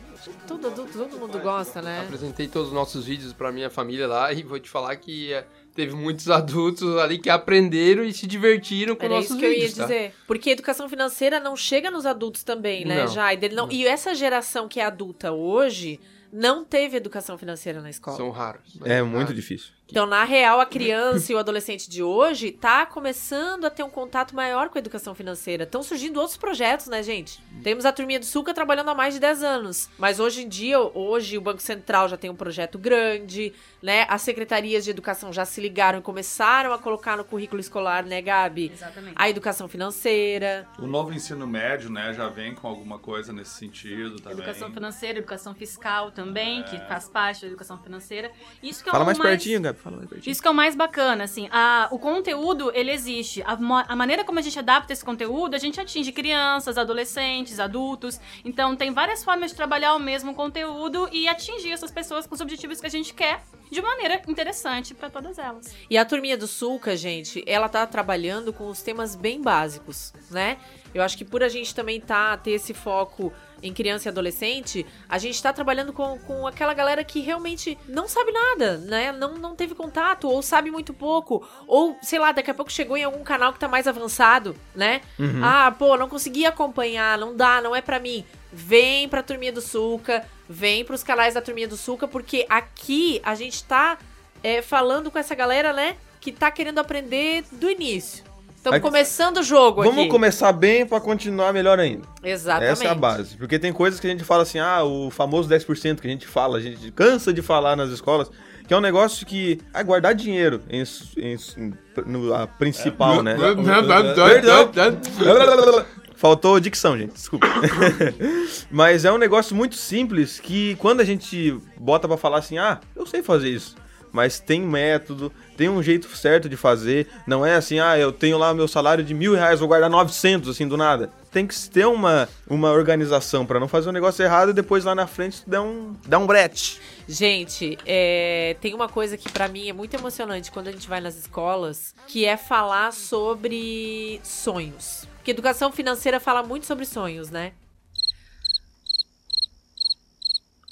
[SPEAKER 1] Todo adulto, todo mundo gosta, né?
[SPEAKER 7] Apresentei todos os nossos vídeos pra minha família lá e vou te falar que eh, teve muitos adultos ali que aprenderam e se divertiram com
[SPEAKER 1] Era
[SPEAKER 7] nossos
[SPEAKER 1] isso que eu ia
[SPEAKER 7] vídeos, tá?
[SPEAKER 1] dizer. Porque a educação financeira não chega nos adultos também, né,
[SPEAKER 7] Não.
[SPEAKER 1] Jair? Ele não- E essa geração que é adulta hoje não teve educação financeira na escola.
[SPEAKER 7] São raros.
[SPEAKER 11] É muito difícil.
[SPEAKER 1] Então, na real, a criança e o adolescente de hoje tá começando a ter um contato maior com a educação financeira. Estão surgindo outros projetos, né, gente? Temos a Turminha do Suca trabalhando há mais de 10 anos. Mas hoje em dia, hoje o Banco Central já tem um projeto grande, né? As secretarias de educação já se ligaram e começaram a colocar no currículo escolar, né, Gabi? Exatamente. A educação financeira.
[SPEAKER 9] O novo ensino médio, né, já vem com alguma coisa nesse sentido também.
[SPEAKER 10] Educação financeira, educação fiscal também, que faz parte da educação financeira. Isso que é
[SPEAKER 11] Fala
[SPEAKER 10] o
[SPEAKER 11] mais, pertinho, né? Gabi. Fala mais pertinho.
[SPEAKER 10] Isso que é o mais bacana, assim, a- o conteúdo, ele existe. A, mo- a maneira como a gente adapta esse conteúdo, a gente atinge crianças, adolescentes, adultos. Então, tem várias formas de trabalhar o mesmo conteúdo e atingir essas pessoas com os objetivos que a gente quer de maneira interessante pra todas elas.
[SPEAKER 1] E a turminha do Sulca, gente, ela tá trabalhando com os temas bem básicos, né? Eu acho que por a gente também tá ter esse foco em criança e adolescente, a gente tá trabalhando com, com aquela galera que realmente não sabe nada, né? Não, não teve contato, ou sabe muito pouco, ou, sei lá, daqui a pouco chegou em algum canal que tá mais avançado, né?
[SPEAKER 13] Uhum.
[SPEAKER 1] Ah, pô, não consegui acompanhar, não dá, não é pra mim. vem pra Turminha do Sulca, vem pros canais da Turminha do Sulca, porque aqui a gente tá é, falando com essa galera, né, que tá querendo aprender do início. Estamos
[SPEAKER 2] Aí-
[SPEAKER 1] começando o jogo
[SPEAKER 2] Vamos
[SPEAKER 1] aqui.
[SPEAKER 2] começar bem pra continuar melhor ainda.
[SPEAKER 1] Exatamente.
[SPEAKER 2] Essa é a base. Porque tem coisas que a gente fala assim, ah, o famoso 10% que a gente fala, a gente cansa de falar nas escolas, que é um negócio que. Ah, guardar dinheiro em, em, em- no, a principal,
[SPEAKER 7] é
[SPEAKER 2] né? Perdão. Faltou dicção, gente, desculpa. Mas é um negócio muito simples que quando a gente bota pra falar assim, ah, eu sei fazer isso. Mas tem método, tem um jeito certo de fazer. Não é assim, ah, eu tenho lá meu salário de mil reais, vou guardar 900, assim, do nada. Tem que ter uma, uma organização pra não fazer um negócio errado e depois lá na frente dá um, dá um brete.
[SPEAKER 1] Gente, é, tem uma coisa que pra mim é muito emocionante quando a gente vai nas escolas, que é falar sobre sonhos. Porque educação financeira fala muito sobre sonhos, né?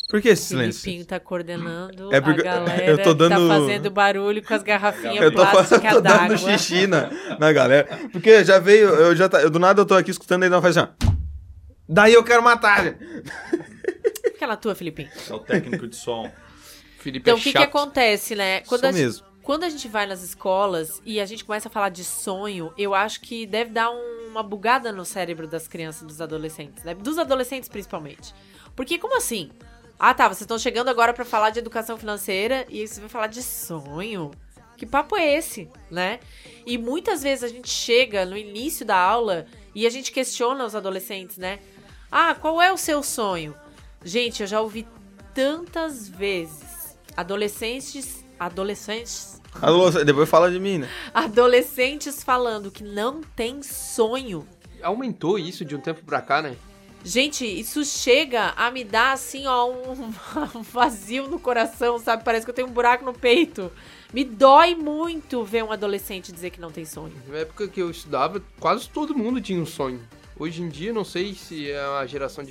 [SPEAKER 2] Por que esse
[SPEAKER 1] O
[SPEAKER 2] silêncio?
[SPEAKER 1] Filipinho tá coordenando
[SPEAKER 2] É porque-
[SPEAKER 1] a galera
[SPEAKER 2] eu tô dando-
[SPEAKER 1] tá fazendo barulho com as garrafinhas
[SPEAKER 2] Eu tô,
[SPEAKER 1] plásticas
[SPEAKER 2] falando, tô dando
[SPEAKER 1] d'água.
[SPEAKER 2] xixi na, na galera. Porque já veio, eu já tá- eu, do nada eu tô aqui escutando e não faz assim. ó. Daí eu quero matar.
[SPEAKER 1] Aquela tua, Filipinho.
[SPEAKER 9] É o técnico de som. Felipe
[SPEAKER 7] é
[SPEAKER 1] Então, o que, que acontece, né? Quando
[SPEAKER 9] Isso
[SPEAKER 1] a, gente-
[SPEAKER 9] mesmo.
[SPEAKER 1] quando a gente vai nas escolas e a gente começa a falar de sonho, eu acho que deve dar um- uma bugada no cérebro das crianças e dos adolescentes, né? Dos adolescentes, principalmente. Porque, como assim? Ah, tá, vocês estão chegando agora pra falar de educação financeira e aí você vai falar de sonho? Que papo é esse, né? E muitas vezes a gente chega no início da aula e a gente questiona os adolescentes, né? Ah, qual é o seu sonho? Gente, eu já ouvi tantas vezes adolescentes, adolescentes,
[SPEAKER 2] Alô, depois fala de mim, né?
[SPEAKER 1] adolescentes falando que não tem sonho.
[SPEAKER 7] Aumentou isso de um tempo pra cá, né?
[SPEAKER 1] Gente, isso chega a me dar assim, ó, um um vazio no coração, sabe? Parece que eu tenho um buraco no peito. Me dói muito ver um adolescente dizer que não tem sonho.
[SPEAKER 7] Na época que eu estudava, quase todo mundo tinha um sonho. Hoje em dia, não sei se é uma geração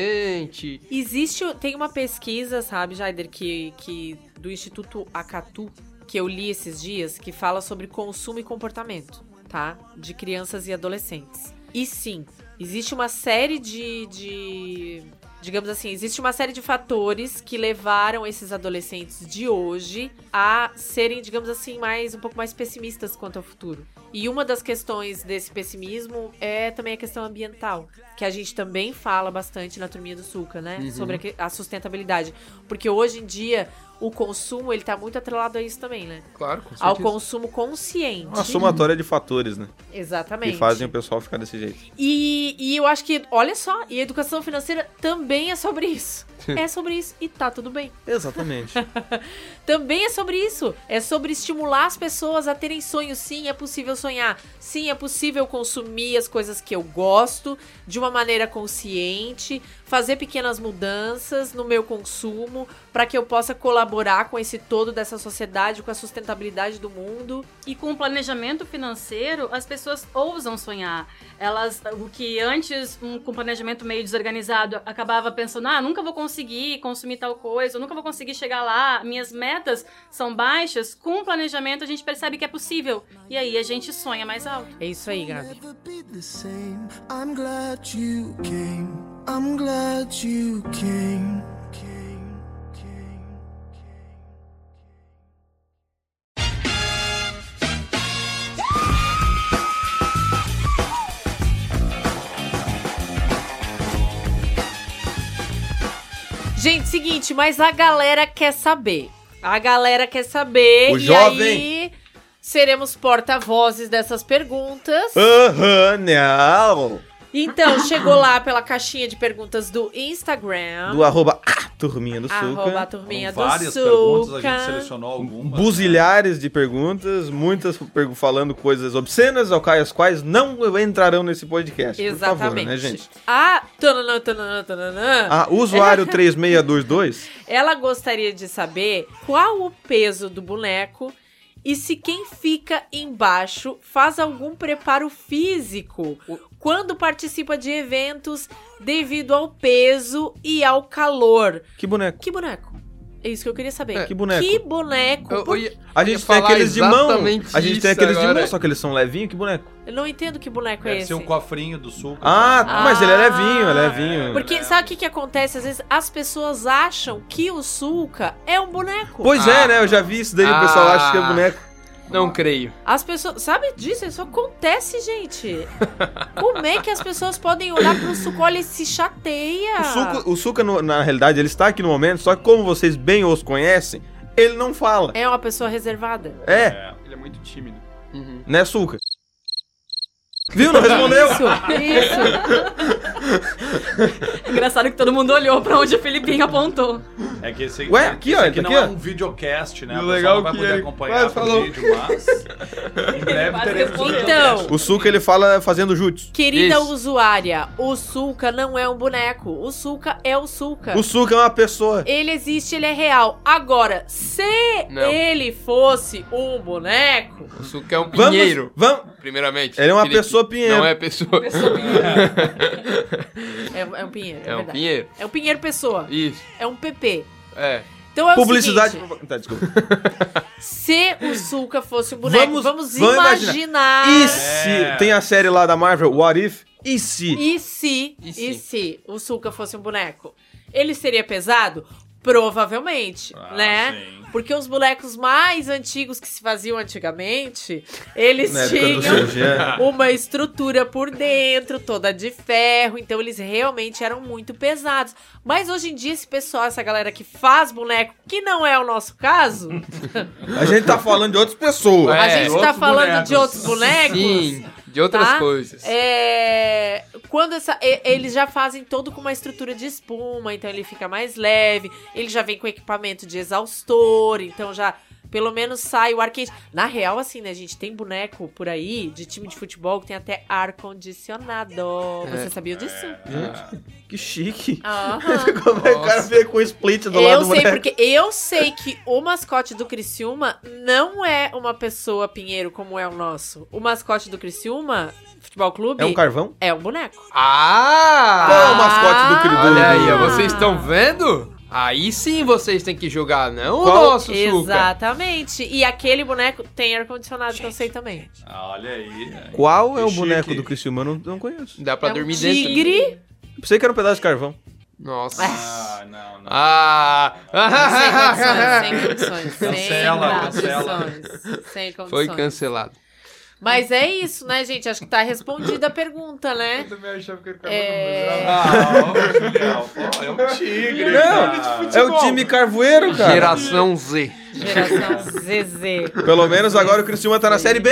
[SPEAKER 7] diferente.
[SPEAKER 1] Existe, tem uma pesquisa, sabe, Jaider, que, que do Instituto Acatu, que eu li esses dias, que fala sobre consumo e comportamento, tá? De crianças e adolescentes. E sim, existe uma série de, de- Digamos assim, existe uma série de fatores que levaram esses adolescentes de hoje a serem, digamos assim, mais um pouco mais pessimistas quanto ao futuro. E uma das questões desse pessimismo é também a questão ambiental, que a gente também fala bastante na turminha do Suca, né?
[SPEAKER 10] Uhum.
[SPEAKER 1] Sobre a que- a sustentabilidade. Porque hoje em dia o consumo ele tá muito atrelado a isso também, né?
[SPEAKER 7] Claro, com
[SPEAKER 1] Ao
[SPEAKER 7] certeza.
[SPEAKER 1] consumo consciente.
[SPEAKER 2] Uma somatória de fatores, né?
[SPEAKER 1] Exatamente.
[SPEAKER 2] Que Ah. fazem o pessoal ficar desse jeito.
[SPEAKER 1] E, e eu acho que, olha só, e a educação financeira também é sobre isso. É sobre isso e tá tudo bem.
[SPEAKER 2] Exatamente.
[SPEAKER 1] Também é sobre isso. É sobre estimular as pessoas a terem sonhos. Sim, é possível sonhar. Sim, é possível consumir as coisas que eu gosto de uma maneira consciente, fazer pequenas mudanças no meu consumo para que eu possa colaborar com esse todo dessa sociedade, com a sustentabilidade do mundo.
[SPEAKER 10] E com o planejamento financeiro, as pessoas ousam sonhar. Elas, o que antes, um, com planejamento meio desorganizado, acabava pensando, ah, nunca vou conseguir consumir tal coisa, eu nunca vou conseguir chegar lá, minhas metas são baixas. Com o planejamento, a gente percebe que é possível. E aí a gente sonha mais alto.
[SPEAKER 1] É isso aí, Gabi.
[SPEAKER 13] the same. I'm glad you came. I'm glad you came.
[SPEAKER 1] Gente, seguinte, mas a galera quer saber. A galera quer saber.
[SPEAKER 2] O
[SPEAKER 1] e
[SPEAKER 2] jovem.
[SPEAKER 1] aí seremos porta-vozes dessas perguntas.
[SPEAKER 2] Aham, não.
[SPEAKER 1] Então, chegou lá pela caixinha de perguntas do Instagram.
[SPEAKER 2] Do arroba ah, turminha do
[SPEAKER 1] Arroba a
[SPEAKER 2] suca.
[SPEAKER 1] turminha do
[SPEAKER 9] Várias
[SPEAKER 1] Suca.
[SPEAKER 9] perguntas, a gente selecionou algumas.
[SPEAKER 2] Um Buzilhares de perguntas, muitas per- falando coisas obscenas, ao cai as quais não entrarão nesse podcast. Por favor,
[SPEAKER 1] Exatamente.
[SPEAKER 2] né, gente?
[SPEAKER 1] A, Ah, tananã, tananã, tananã,
[SPEAKER 2] Ah, usuário
[SPEAKER 1] ela-
[SPEAKER 2] 3622.
[SPEAKER 1] Ela gostaria de saber qual o peso do boneco e se quem fica embaixo faz algum preparo físico quando participa de eventos devido ao peso e ao calor.
[SPEAKER 2] Que boneco?
[SPEAKER 1] Que boneco? É isso que eu queria saber.
[SPEAKER 2] É. Que boneco?
[SPEAKER 1] Que boneco?
[SPEAKER 7] Eu-
[SPEAKER 1] Por-
[SPEAKER 7] eu ia-
[SPEAKER 2] A
[SPEAKER 7] eu
[SPEAKER 2] gente
[SPEAKER 7] ia
[SPEAKER 2] tem
[SPEAKER 7] falar
[SPEAKER 2] aqueles de mão.
[SPEAKER 7] exatamente
[SPEAKER 2] A gente tem
[SPEAKER 7] isso
[SPEAKER 2] aqueles de
[SPEAKER 7] agora.
[SPEAKER 2] mão, só que eles são levinhos. Que boneco?
[SPEAKER 1] Eu não entendo que boneco é
[SPEAKER 9] Deve
[SPEAKER 1] esse.
[SPEAKER 9] ser um cofrinho do suco.
[SPEAKER 2] Ah,
[SPEAKER 1] Ah.
[SPEAKER 2] mas ele é levinho, é levinho.
[SPEAKER 1] Porque sabe o que, que acontece? Às vezes as pessoas acham que o Sulca é um boneco.
[SPEAKER 2] Pois é, né? Eu já vi isso daí, o pessoal
[SPEAKER 7] Ah.
[SPEAKER 2] acha que é boneco.
[SPEAKER 7] Não creio.
[SPEAKER 1] As pessoas. Sabe disso? Isso acontece, gente. Como é que as pessoas podem olhar pro suco olha, e se chateia?
[SPEAKER 2] O Suca, o Suca, no- na realidade, ele está aqui no momento, só que como vocês bem os conhecem, ele não fala.
[SPEAKER 1] É uma pessoa reservada.
[SPEAKER 2] É,
[SPEAKER 12] Ele é muito tímido.
[SPEAKER 7] Uhum.
[SPEAKER 2] né, Suca? Viu? Não respondeu?
[SPEAKER 10] isso. Engraçado que todo mundo olhou pra onde o Felipinho apontou.
[SPEAKER 9] É que esse
[SPEAKER 2] Ué,
[SPEAKER 9] é
[SPEAKER 2] aqui,
[SPEAKER 9] que esse
[SPEAKER 2] ó,
[SPEAKER 9] aqui
[SPEAKER 2] tá
[SPEAKER 9] não
[SPEAKER 2] aqui,
[SPEAKER 9] é
[SPEAKER 2] ó.
[SPEAKER 9] um videocast, né?
[SPEAKER 2] E
[SPEAKER 9] A
[SPEAKER 2] o
[SPEAKER 9] pessoa
[SPEAKER 2] legal
[SPEAKER 9] não vai
[SPEAKER 2] que
[SPEAKER 9] poder
[SPEAKER 2] ele-
[SPEAKER 9] acompanhar
[SPEAKER 2] Mas
[SPEAKER 9] o
[SPEAKER 2] falou.
[SPEAKER 9] vídeo, mas. em breve teremos um
[SPEAKER 1] Então,
[SPEAKER 2] O Suca, ele fala fazendo jutsu.
[SPEAKER 1] Querida usuária, o Sulca não é um boneco. O Sulca é o Sulca.
[SPEAKER 2] O Suca é uma pessoa.
[SPEAKER 1] Ele existe, ele é real. Agora, se
[SPEAKER 7] Não.
[SPEAKER 1] ele fosse um boneco.
[SPEAKER 7] O suco é um
[SPEAKER 2] Vamos-
[SPEAKER 7] pinheiro.
[SPEAKER 2] Vamos.
[SPEAKER 7] Primeiramente.
[SPEAKER 2] Ele é uma
[SPEAKER 7] Felipe.
[SPEAKER 2] pessoa pinheiro.
[SPEAKER 7] Não é pessoa.
[SPEAKER 1] Pessoa É, é um pinheiro.
[SPEAKER 7] É um
[SPEAKER 1] verdade.
[SPEAKER 7] pinheiro.
[SPEAKER 1] É um pinheiro pessoa.
[SPEAKER 7] Isso.
[SPEAKER 1] É um PP.
[SPEAKER 7] É.
[SPEAKER 1] Então é
[SPEAKER 2] Publicidade.
[SPEAKER 1] o seguinte,
[SPEAKER 2] Tá, desculpa.
[SPEAKER 1] se o Sulca fosse um boneco, vamos,
[SPEAKER 2] vamos
[SPEAKER 1] imaginar.
[SPEAKER 2] E
[SPEAKER 7] É.
[SPEAKER 2] se. Tem a série lá da Marvel, What If? E se?
[SPEAKER 1] E se, e se, o Sulca fosse um boneco? Ele seria pesado? Provavelmente,
[SPEAKER 2] Ah,
[SPEAKER 1] né? Porque os bonecos mais antigos que se faziam antigamente, eles
[SPEAKER 2] Na época do é.
[SPEAKER 1] tinham
[SPEAKER 2] CG.
[SPEAKER 1] uma estrutura por dentro, toda de ferro, então eles realmente eram muito pesados. Mas hoje em dia, esse pessoal, essa galera que faz boneco, que não é o nosso caso,
[SPEAKER 2] A gente tá falando de outras pessoas.
[SPEAKER 1] a gente tá falando de outros bonecos.
[SPEAKER 7] Sim, de outras
[SPEAKER 1] tá?
[SPEAKER 7] coisas.
[SPEAKER 1] É, quando essa, e- eles já fazem todo com uma estrutura de espuma, então ele fica mais leve. Ele já vem com equipamento de exaustor, então já pelo menos sai o ar quente. Na real, assim, né, gente? Tem boneco por aí de time de futebol que tem até ar condicionado. Você
[SPEAKER 2] É.
[SPEAKER 1] sabia disso?
[SPEAKER 9] Ah,
[SPEAKER 2] Gente, que chique.
[SPEAKER 1] Aham.
[SPEAKER 2] Como é que o cara veio com o split do lado
[SPEAKER 1] Eu
[SPEAKER 2] do
[SPEAKER 1] sei,
[SPEAKER 2] boneco?
[SPEAKER 1] porque eu sei que o mascote do Criciúma não é uma pessoa pinheiro como é o nosso. O mascote do Criciúma, Futebol Clube.
[SPEAKER 2] É um carvão?
[SPEAKER 1] É um boneco.
[SPEAKER 7] Ah!
[SPEAKER 2] Qual é o mascote do Cridu?
[SPEAKER 7] Olha aí, ó,
[SPEAKER 1] Ah.
[SPEAKER 7] vocês estão vendo? Aí sim vocês têm que jogar, não o nosso Suca.
[SPEAKER 1] Exatamente. E aquele boneco tem ar-condicionado, que eu sei também.
[SPEAKER 9] Ah, Olha aí.
[SPEAKER 2] Qual é o boneco do Cristiano? Eu não, não conheço.
[SPEAKER 7] Dá pra
[SPEAKER 1] É um
[SPEAKER 7] dormir dentro.
[SPEAKER 1] Tigre.
[SPEAKER 2] Eu pensei que era um pedaço de carvão.
[SPEAKER 7] Nossa.
[SPEAKER 1] Ah,
[SPEAKER 9] não,
[SPEAKER 7] não. Ah!
[SPEAKER 1] Sem condições, sem condições.
[SPEAKER 7] Cancela,
[SPEAKER 1] sem
[SPEAKER 7] cancela.
[SPEAKER 1] condições. Sem condições.
[SPEAKER 7] Foi cancelado.
[SPEAKER 1] Mas é isso, né, gente? Acho que tá respondida a pergunta, né? Eu
[SPEAKER 12] também achava que era
[SPEAKER 1] é...
[SPEAKER 9] Ah, É um tigre.
[SPEAKER 2] Não, é o time carvoeiro, cara.
[SPEAKER 7] Geração Z.
[SPEAKER 1] Geração ZZ.
[SPEAKER 2] Pelo menos agora o Criciúma tá na Série B!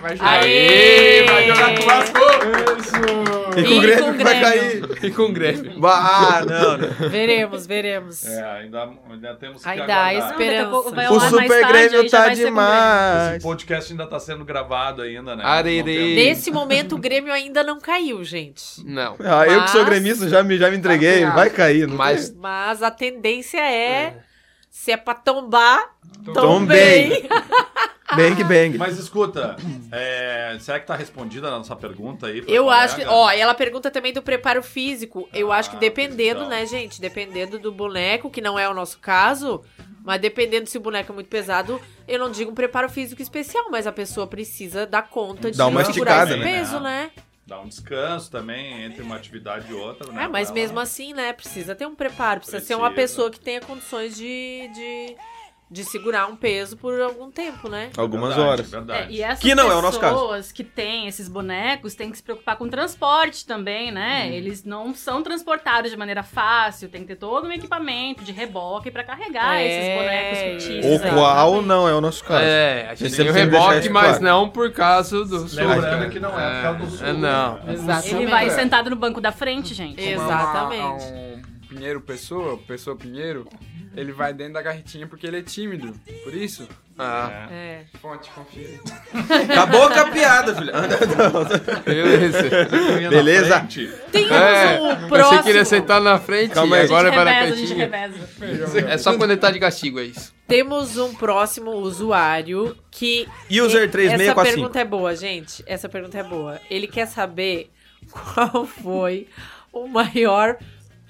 [SPEAKER 12] Vai
[SPEAKER 1] jogar. Aê!
[SPEAKER 7] Vai jogar com o
[SPEAKER 2] Vasco! E com o Grêmio que vai cair.
[SPEAKER 7] E com o Grêmio.
[SPEAKER 2] Ah, não, não.
[SPEAKER 1] Veremos, veremos.
[SPEAKER 9] É, ainda, ainda temos que
[SPEAKER 1] Ainda há
[SPEAKER 9] aguardar.
[SPEAKER 1] esperança.
[SPEAKER 10] É,
[SPEAKER 2] O Super Grêmio tá demais.
[SPEAKER 9] Esse podcast ainda tá sendo gravado ainda, né?
[SPEAKER 7] Arerê.
[SPEAKER 1] Nesse momento, o Grêmio ainda não caiu, gente.
[SPEAKER 7] Não.
[SPEAKER 2] Ah, eu que sou
[SPEAKER 1] Mas-
[SPEAKER 2] gremista já me, já me entreguei. Vai cair, não
[SPEAKER 7] Mas-
[SPEAKER 2] tem?
[SPEAKER 1] Mas a tendência é... Se é pra tombar,
[SPEAKER 2] Tombei.
[SPEAKER 1] tombei.
[SPEAKER 2] Bang, bang.
[SPEAKER 9] Mas escuta, é, será que tá respondida a nossa pergunta aí? pra
[SPEAKER 1] Eu acho que.
[SPEAKER 9] colega?
[SPEAKER 1] Ó, e ela pergunta também do preparo físico. Eu acho que dependendo, né, gente? Dependendo do boneco, que não é o nosso caso, mas dependendo se o boneco é muito pesado, eu não digo um preparo físico especial, mas a pessoa precisa dar conta de
[SPEAKER 2] Dá uma
[SPEAKER 1] segurar
[SPEAKER 2] esticada,
[SPEAKER 1] esse
[SPEAKER 2] né?
[SPEAKER 1] peso, né?
[SPEAKER 9] Dá um descanso também entre uma atividade e outra, né?
[SPEAKER 1] É, mas
[SPEAKER 9] pra
[SPEAKER 1] mesmo
[SPEAKER 9] ela.
[SPEAKER 1] assim, né? Precisa ter um preparo, precisa, ser uma
[SPEAKER 9] Precisa.
[SPEAKER 1] pessoa que tenha condições de, de, de segurar um peso por algum tempo, né?
[SPEAKER 2] Algumas
[SPEAKER 9] Verdade,
[SPEAKER 2] horas.
[SPEAKER 9] verdade.
[SPEAKER 10] É, e essas
[SPEAKER 2] Que não é o nosso caso.
[SPEAKER 10] pessoas que têm esses bonecos têm que se preocupar com transporte também, né?
[SPEAKER 1] Uhum.
[SPEAKER 10] Eles não são transportados de maneira fácil, tem que ter todo um equipamento de reboque pra carregar
[SPEAKER 1] É.
[SPEAKER 10] esses bonecos
[SPEAKER 2] O
[SPEAKER 10] fictícios. aí.
[SPEAKER 2] qual não é o nosso caso.
[SPEAKER 7] É, a gente tem
[SPEAKER 2] sempre
[SPEAKER 7] o
[SPEAKER 2] deixa
[SPEAKER 7] reboque,
[SPEAKER 2] isso
[SPEAKER 7] mas
[SPEAKER 2] claro.
[SPEAKER 7] não por causa do
[SPEAKER 9] Lembrando
[SPEAKER 7] Sul. né?
[SPEAKER 9] que não é por causa do Sul,
[SPEAKER 7] É, não.
[SPEAKER 9] né?
[SPEAKER 10] Ele
[SPEAKER 1] Exatamente.
[SPEAKER 10] vai sentado no banco da frente, gente.
[SPEAKER 1] Exatamente.
[SPEAKER 12] Um Pinheiro Pessoa, Pessoa Pinheiro, ele vai dentro da garretinha porque ele é tímido. Por isso.
[SPEAKER 7] Ah.
[SPEAKER 1] É.
[SPEAKER 12] Fonte, confia.
[SPEAKER 2] Acabou com a piada, filha.
[SPEAKER 7] Beleza.
[SPEAKER 2] Beleza?
[SPEAKER 1] Temos o
[SPEAKER 7] Você queria
[SPEAKER 1] próximo.
[SPEAKER 7] sentar na frente
[SPEAKER 2] Calma
[SPEAKER 7] e
[SPEAKER 2] aí.
[SPEAKER 7] agora
[SPEAKER 10] A gente
[SPEAKER 7] vai na
[SPEAKER 10] reveza, a gente
[SPEAKER 7] cantinha.
[SPEAKER 10] reveza.
[SPEAKER 7] É só quando ele tá de castigo, é isso.
[SPEAKER 1] Temos um próximo usuário que.
[SPEAKER 2] User
[SPEAKER 1] Essa
[SPEAKER 2] 3645.
[SPEAKER 1] pergunta é boa, gente. Essa pergunta é boa. Ele quer saber qual foi o maior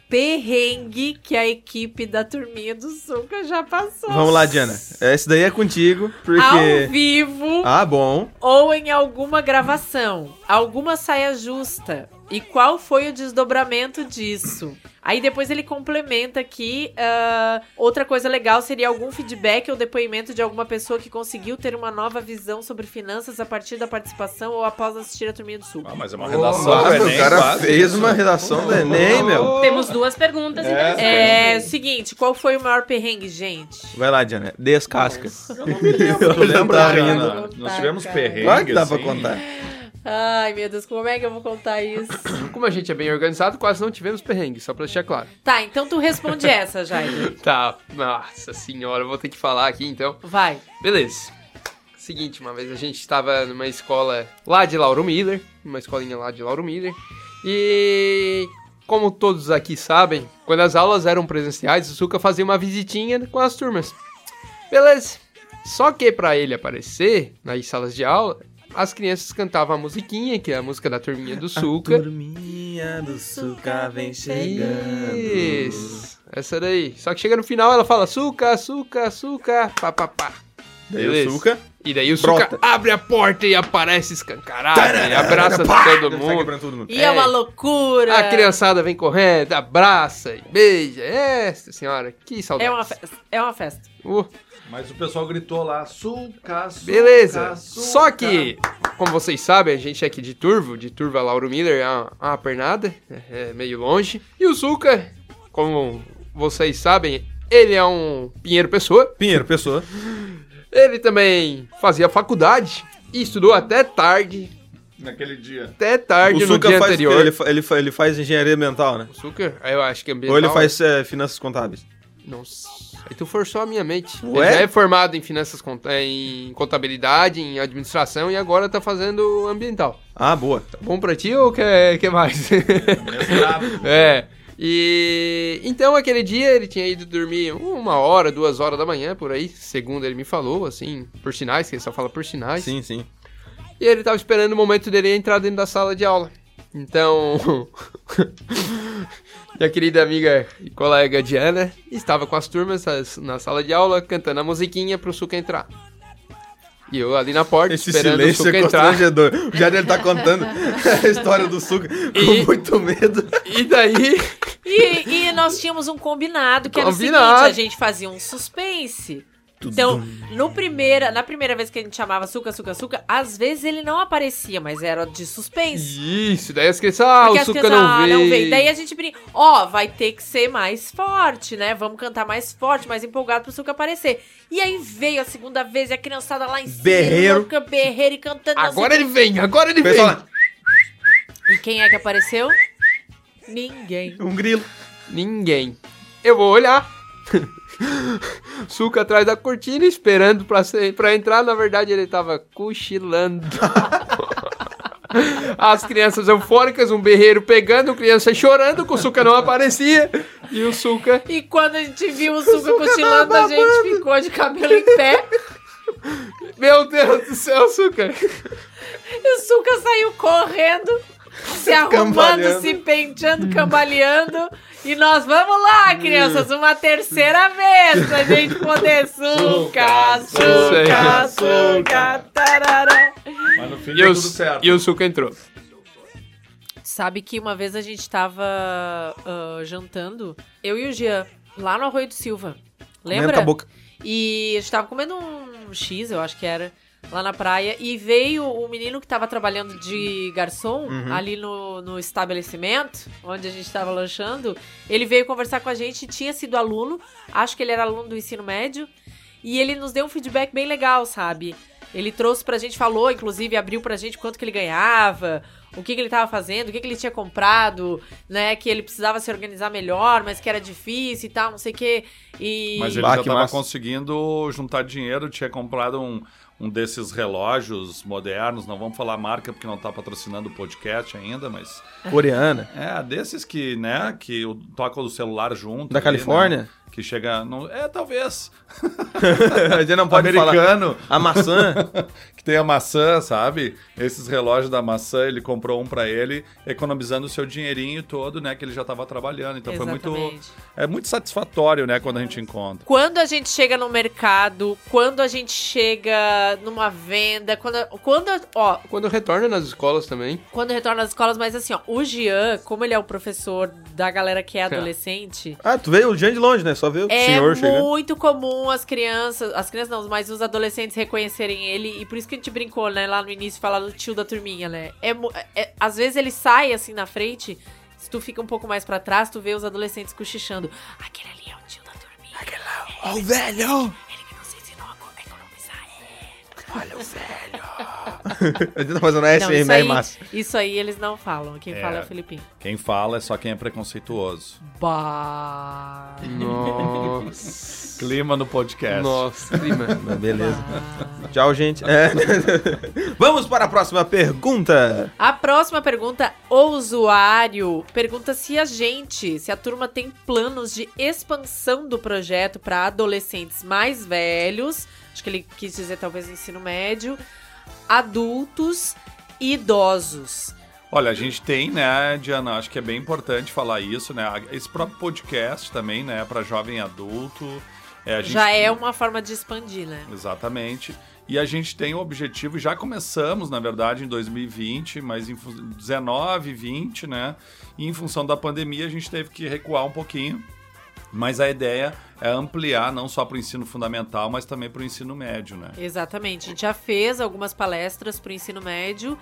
[SPEAKER 1] perrengue que a equipe da Turminha do Suca já passou.
[SPEAKER 2] Vamos lá, Diana. Esse daí é contigo,
[SPEAKER 1] Ao
[SPEAKER 2] porque.
[SPEAKER 1] vivo
[SPEAKER 2] Ah, bom.
[SPEAKER 1] ou em alguma gravação, alguma saia justa. E qual foi o desdobramento disso? Aí depois ele complementa aqui. ah, outra coisa legal seria algum feedback ou depoimento de alguma pessoa que conseguiu ter uma nova visão sobre finanças a partir da participação ou após assistir a Turminha do Sul.
[SPEAKER 9] Ah, mas é uma
[SPEAKER 2] Ô,
[SPEAKER 9] redação
[SPEAKER 2] quase,
[SPEAKER 9] do Enem,
[SPEAKER 2] o cara
[SPEAKER 9] quase.
[SPEAKER 2] fez uma redação do Enem, meu.
[SPEAKER 10] Temos duas perguntas então. interessantes.
[SPEAKER 1] É, o seguinte, qual foi o maior perrengue, gente?
[SPEAKER 2] Vai lá, Diana. Descasca. Eu não me
[SPEAKER 9] Eu
[SPEAKER 2] lembro.
[SPEAKER 9] lembro,
[SPEAKER 2] tá
[SPEAKER 9] Diana.
[SPEAKER 2] rindo.
[SPEAKER 9] Nós tivemos perrengue,
[SPEAKER 2] Claro que dá pra
[SPEAKER 9] assim.
[SPEAKER 2] contar.
[SPEAKER 1] Ai, meu Deus, como é que eu vou contar isso?
[SPEAKER 7] Como a gente é bem organizado, quase não tivemos perrengue, só pra deixar claro.
[SPEAKER 1] Tá, então tu responde essa, Jair.
[SPEAKER 7] Tá, nossa senhora, eu vou ter que falar aqui então.
[SPEAKER 1] Vai.
[SPEAKER 7] Beleza. Seguinte, uma vez a gente estava numa escola lá de Lauro Miller, uma escolinha lá de Lauro Miller, e como todos aqui sabem, quando as aulas eram presenciais, o Suca fazia uma visitinha com as turmas. Beleza. Só que pra ele aparecer nas salas de aula, as crianças cantavam a musiquinha, que é a música da turminha do Suca.
[SPEAKER 2] Turminha do Suca vem
[SPEAKER 7] Isso. Essa daí. Só que chega no final, ela fala suca, suca, suca, pá, pá, pá.
[SPEAKER 2] Daí o
[SPEAKER 7] Beleza.
[SPEAKER 2] Suca
[SPEAKER 7] E daí o suca
[SPEAKER 2] brota.
[SPEAKER 7] abre a porta e aparece escancarado. e abraça
[SPEAKER 2] Pá!
[SPEAKER 7] todo
[SPEAKER 2] Sai
[SPEAKER 7] mundo.
[SPEAKER 2] quebrando todo mundo.
[SPEAKER 1] E é uma loucura.
[SPEAKER 7] A criançada vem correndo, abraça e beija. É, senhora, que saudade. Uh,
[SPEAKER 1] É uma festa. É uma festa.
[SPEAKER 9] Mas o pessoal gritou lá, suca, suca,
[SPEAKER 7] Beleza.
[SPEAKER 9] suca."
[SPEAKER 7] Só que, como vocês sabem, a gente é aqui de Turvo, de Turva Lauro Miller, é uma, uma pernada, é é meio longe. E o Zuka, como vocês sabem, ele é um Pinheiro Pessoa.
[SPEAKER 2] Pinheiro Pessoa.
[SPEAKER 7] Ele também fazia faculdade e estudou até tarde,
[SPEAKER 9] Naquele dia.
[SPEAKER 7] até tarde
[SPEAKER 2] O
[SPEAKER 7] no
[SPEAKER 2] Suca
[SPEAKER 7] dia
[SPEAKER 2] faz
[SPEAKER 7] anterior.
[SPEAKER 2] ele, fa- ele, fa- ele faz engenharia ambiental, né?
[SPEAKER 7] Zuka, eu acho que é ambiental.
[SPEAKER 2] Ou ele faz eh, finanças contáveis.
[SPEAKER 7] Nossa, aí tu forçou a minha mente.
[SPEAKER 2] Ué?
[SPEAKER 7] Ele já é formado em finanças, cont- em contabilidade, em administração e agora tá fazendo ambiental. Tá
[SPEAKER 2] Ah, boa.
[SPEAKER 7] Bom pra ti ou quer, quer mais? é. E então aquele dia ele tinha ido dormir uma hora, duas horas da manhã por aí, segundo ele me falou, assim, por sinais, que ele só fala por sinais.
[SPEAKER 2] Sim, sim.
[SPEAKER 7] E ele tava esperando o momento dele entrar dentro da sala de aula. Então, minha querida amiga e colega Diana estava com as turmas as- na sala de aula cantando a musiquinha pro Suca entrar. E eu ali na porta
[SPEAKER 2] Esse
[SPEAKER 7] esperando o
[SPEAKER 2] silêncio
[SPEAKER 7] Suca
[SPEAKER 2] é
[SPEAKER 7] entrar.
[SPEAKER 2] constrangedor. O Jadiel tá contando a história do Suca com muito medo.
[SPEAKER 7] E daí,
[SPEAKER 1] E, e nós tínhamos um combinado que era o
[SPEAKER 7] Combinado.
[SPEAKER 1] seguinte: a gente fazia um suspense. Então, no primeira, na primeira vez que a gente chamava Suca, Suca, Suca, às vezes ele não aparecia, mas era de suspense.
[SPEAKER 7] Isso, daí as crianças, ah,
[SPEAKER 1] Porque
[SPEAKER 7] o
[SPEAKER 1] as
[SPEAKER 7] Suca
[SPEAKER 1] crianças,
[SPEAKER 7] não
[SPEAKER 1] ah,
[SPEAKER 7] veio.
[SPEAKER 1] não veio. Daí a gente brinca, ó, vai ter que ser mais forte, né? Vamos cantar mais forte, mais empolgado pro Suca aparecer. E aí veio a segunda vez e a criançada lá em cima,
[SPEAKER 2] Berreiro.
[SPEAKER 1] louca, berreiro e cantando. não sei
[SPEAKER 7] Agora
[SPEAKER 1] o
[SPEAKER 7] ele vem, agora ele vem.
[SPEAKER 2] Pessoal,
[SPEAKER 1] quê. E quem é que apareceu? Ninguém.
[SPEAKER 2] Um grilo.
[SPEAKER 7] Ninguém. Eu vou olhar. Suca atrás da cortina esperando pra, ser, pra entrar. Na verdade, ele tava cochilando. As crianças eufóricas, um berreiro pegando, criança chorando, que o Suca não aparecia. E o Suca.
[SPEAKER 1] E quando a gente viu o Suca cochilando, a gente ficou de cabelo em pé.
[SPEAKER 7] Meu Deus do céu, Suca!
[SPEAKER 1] E o Suca saiu correndo, se arrumando,
[SPEAKER 7] Cambaleando.
[SPEAKER 1] se penteando, cambaleando. E nós vamos lá, crianças, uma terceira vez pra gente poder. Suca, Suca,
[SPEAKER 7] Suca,
[SPEAKER 1] Suca, tarará.
[SPEAKER 9] Mas no fim
[SPEAKER 7] E
[SPEAKER 9] deu
[SPEAKER 7] o,
[SPEAKER 9] tudo certo.
[SPEAKER 7] e o Suca entrou.
[SPEAKER 1] Sabe que uma vez a gente tava ah, jantando, eu e o Jean, lá no Arroio do Silva. Lembra?
[SPEAKER 2] Aumenta a boca.
[SPEAKER 1] E a gente tava comendo um X, eu acho que era, lá na praia. E veio o menino que tava trabalhando de garçom
[SPEAKER 10] Uhum.
[SPEAKER 1] ali no, no estabelecimento, onde a gente tava lanchando. Ele veio conversar com a gente, tinha sido aluno, acho que ele era aluno do ensino médio. E ele nos deu um feedback bem legal, sabe? Ele trouxe pra gente, falou, inclusive, abriu pra gente quanto que ele ganhava, o que, que ele tava fazendo, o que, que ele tinha comprado, né? Que ele precisava se organizar melhor, mas que era difícil e tal, não sei o quê. E...
[SPEAKER 9] Mas ele
[SPEAKER 2] Ah,
[SPEAKER 9] já tava conseguindo juntar dinheiro, tinha comprado um, um desses relógios modernos, não vamos falar a marca porque não tá patrocinando o podcast ainda, mas...
[SPEAKER 2] Coreana.
[SPEAKER 9] É, desses que, né, que o- toca o celular junto.
[SPEAKER 2] Da
[SPEAKER 9] ali,
[SPEAKER 2] Califórnia?
[SPEAKER 9] né? que chega. No, é, talvez.
[SPEAKER 2] A gente não pode falar.
[SPEAKER 9] Americano.
[SPEAKER 2] A maçã.
[SPEAKER 9] que tem a maçã, sabe? Esses relógios da maçã, ele comprou um pra ele, economizando o seu dinheirinho todo, né? Que ele já tava trabalhando. Então foi muito.
[SPEAKER 1] Exatamente.
[SPEAKER 9] É muito satisfatório, né? Quando a gente encontra.
[SPEAKER 1] Quando a gente chega no mercado, quando a gente chega numa venda, quando, quando ó,
[SPEAKER 7] Quando retorna nas escolas também.
[SPEAKER 1] quando retorna às escolas, mas assim, ó, o Jean, como ele é o professor da galera que é
[SPEAKER 9] Tá.
[SPEAKER 1] adolescente,
[SPEAKER 2] Ah, tu veio o Jean de longe, né? Só veio o
[SPEAKER 1] é
[SPEAKER 2] senhor chegando.
[SPEAKER 1] muito comum as crianças, as crianças não, mas os adolescentes reconhecerem ele, e por isso que a gente brincou, né, lá no início, falar do tio da turminha, né? É, mu- é- às vezes ele sai assim na frente, se tu fica um pouco mais pra trás, tu vê os adolescentes cochichando. Aquele ali é o tio da turminha. Aquele lá,
[SPEAKER 13] ó o velho.
[SPEAKER 1] Ele que nos ensinou a co- a economizar. é.
[SPEAKER 13] Olha o velho.
[SPEAKER 2] A gente tá fazendo a
[SPEAKER 1] Não, isso
[SPEAKER 2] SMR
[SPEAKER 1] aí,
[SPEAKER 2] massa.
[SPEAKER 1] isso aí eles não falam. Quem
[SPEAKER 9] É.
[SPEAKER 1] fala é o Filipinho.
[SPEAKER 9] Quem fala é só quem é preconceituoso.
[SPEAKER 1] Bah.
[SPEAKER 9] Nossa. Clima no podcast.
[SPEAKER 7] Nossa, clima.
[SPEAKER 2] Beleza. Tchau, gente. É. Vamos para a próxima pergunta.
[SPEAKER 1] A próxima pergunta, o usuário pergunta se a gente, se a turma tem planos de expansão do projeto para adolescentes mais velhos, acho que ele quis dizer talvez ensino médio, adultos e idosos.
[SPEAKER 9] Olha, a gente tem, né, Diana, acho que é bem importante falar isso, né? Esse próprio podcast também, né, para jovem adulto. É, a gente
[SPEAKER 1] Já é uma forma de expandir, né?
[SPEAKER 9] Exatamente. E a gente tem o objetivo, já começamos, na verdade, em 2020, mas em fu- 19, 20, né? E em função da pandemia, a gente teve que recuar um pouquinho. Mas a ideia é ampliar não só para o ensino fundamental, mas também para o ensino médio, né?
[SPEAKER 1] Exatamente. A gente já fez algumas palestras pro ensino médio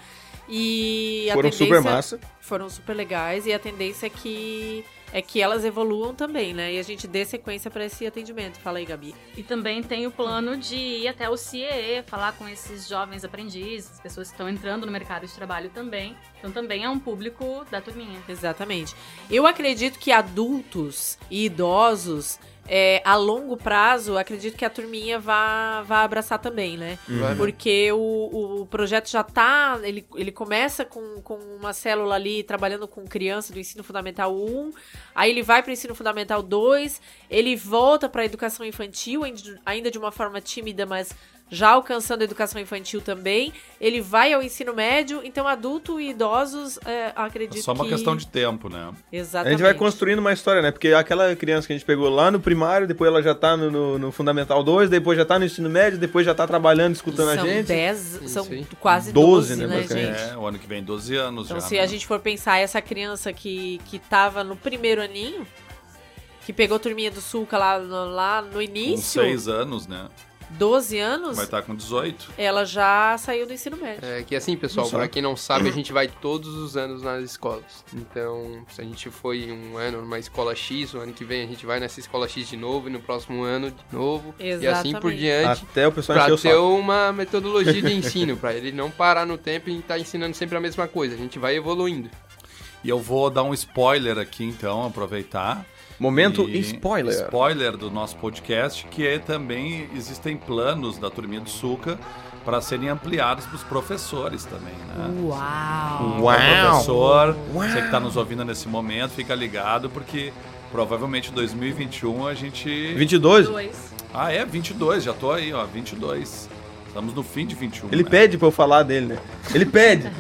[SPEAKER 1] e a
[SPEAKER 9] Foram
[SPEAKER 1] tendência- é
[SPEAKER 9] super massa.
[SPEAKER 1] Foram super legais e a tendência é que é que elas evoluam também, né? E a gente dê sequência para esse atendimento. Fala aí, Gabi.
[SPEAKER 10] E também tem o plano de ir até o CIE, falar com esses jovens aprendizes, pessoas que estão entrando no mercado de trabalho também. Então também é um público da turminha.
[SPEAKER 1] Exatamente. Eu acredito que adultos e idosos é, a longo prazo, acredito que a turminha vá, vá abraçar também, né?
[SPEAKER 10] Vai, né?
[SPEAKER 1] Porque o, o projeto já tá. Ele, ele começa com, com uma célula ali trabalhando com criança do ensino fundamental 1, aí ele vai para o ensino fundamental 2, ele volta para a educação infantil, ainda- ainda de uma forma tímida, mas já alcançando a educação infantil também. Ele vai ao ensino médio, então adulto e idosos, é, acredito
[SPEAKER 9] É só uma
[SPEAKER 1] que-
[SPEAKER 9] questão de tempo, né?
[SPEAKER 1] Exatamente.
[SPEAKER 2] A gente vai construindo uma história, né? Porque aquela criança que a gente pegou lá no primário, depois ela já tá no, no- no Fundamental 2, depois já tá no ensino médio, depois já tá trabalhando, escutando
[SPEAKER 1] são
[SPEAKER 2] a gente.
[SPEAKER 1] 10, são quase 12,
[SPEAKER 2] 12,
[SPEAKER 1] né,
[SPEAKER 2] né,
[SPEAKER 1] gente?
[SPEAKER 2] basicamente.
[SPEAKER 9] É, o ano que vem 12 anos
[SPEAKER 1] Então,
[SPEAKER 9] já.
[SPEAKER 1] se
[SPEAKER 9] né?
[SPEAKER 1] a gente for pensar, essa criança que, que tava no primeiro aninho, que pegou turminha do Sulca lá, no- lá no
[SPEAKER 9] Com
[SPEAKER 1] início,
[SPEAKER 9] 6 anos, né?
[SPEAKER 1] 12 anos,
[SPEAKER 9] Vai estar com 18.
[SPEAKER 1] ela já saiu do ensino médio.
[SPEAKER 7] É que assim, pessoal,
[SPEAKER 1] Isso.
[SPEAKER 2] né?
[SPEAKER 7] pra quem não sabe, a gente vai todos os anos nas escolas. Então, se a gente foi um ano numa escola X, o ano que vem a gente vai nessa escola X de novo, e no próximo ano de novo, e assim por
[SPEAKER 2] Exatamente.
[SPEAKER 7] diante.
[SPEAKER 2] Até o pessoal encher
[SPEAKER 7] pra
[SPEAKER 2] Ah, o
[SPEAKER 7] ter
[SPEAKER 2] saco.
[SPEAKER 7] uma metodologia de ensino, pra ele não parar no tempo e estar ensinando sempre a mesma coisa. A gente vai evoluindo.
[SPEAKER 9] E eu vou dar um spoiler aqui, então, aproveitar.
[SPEAKER 2] Momento spoiler.
[SPEAKER 9] Spoiler do nosso podcast, que é também existem planos da turminha do Suca para serem ampliados para os professores também, né?
[SPEAKER 1] Uau!
[SPEAKER 9] Então, Professor, você que está nos ouvindo nesse momento, fica ligado, porque provavelmente em 2021 a gente...
[SPEAKER 2] 22?
[SPEAKER 9] Ah, é? 22, já tô aí, ó, 22. Estamos no fim de 21,
[SPEAKER 2] Ele
[SPEAKER 9] né?
[SPEAKER 2] pede pra eu falar dele, né? Ele pede.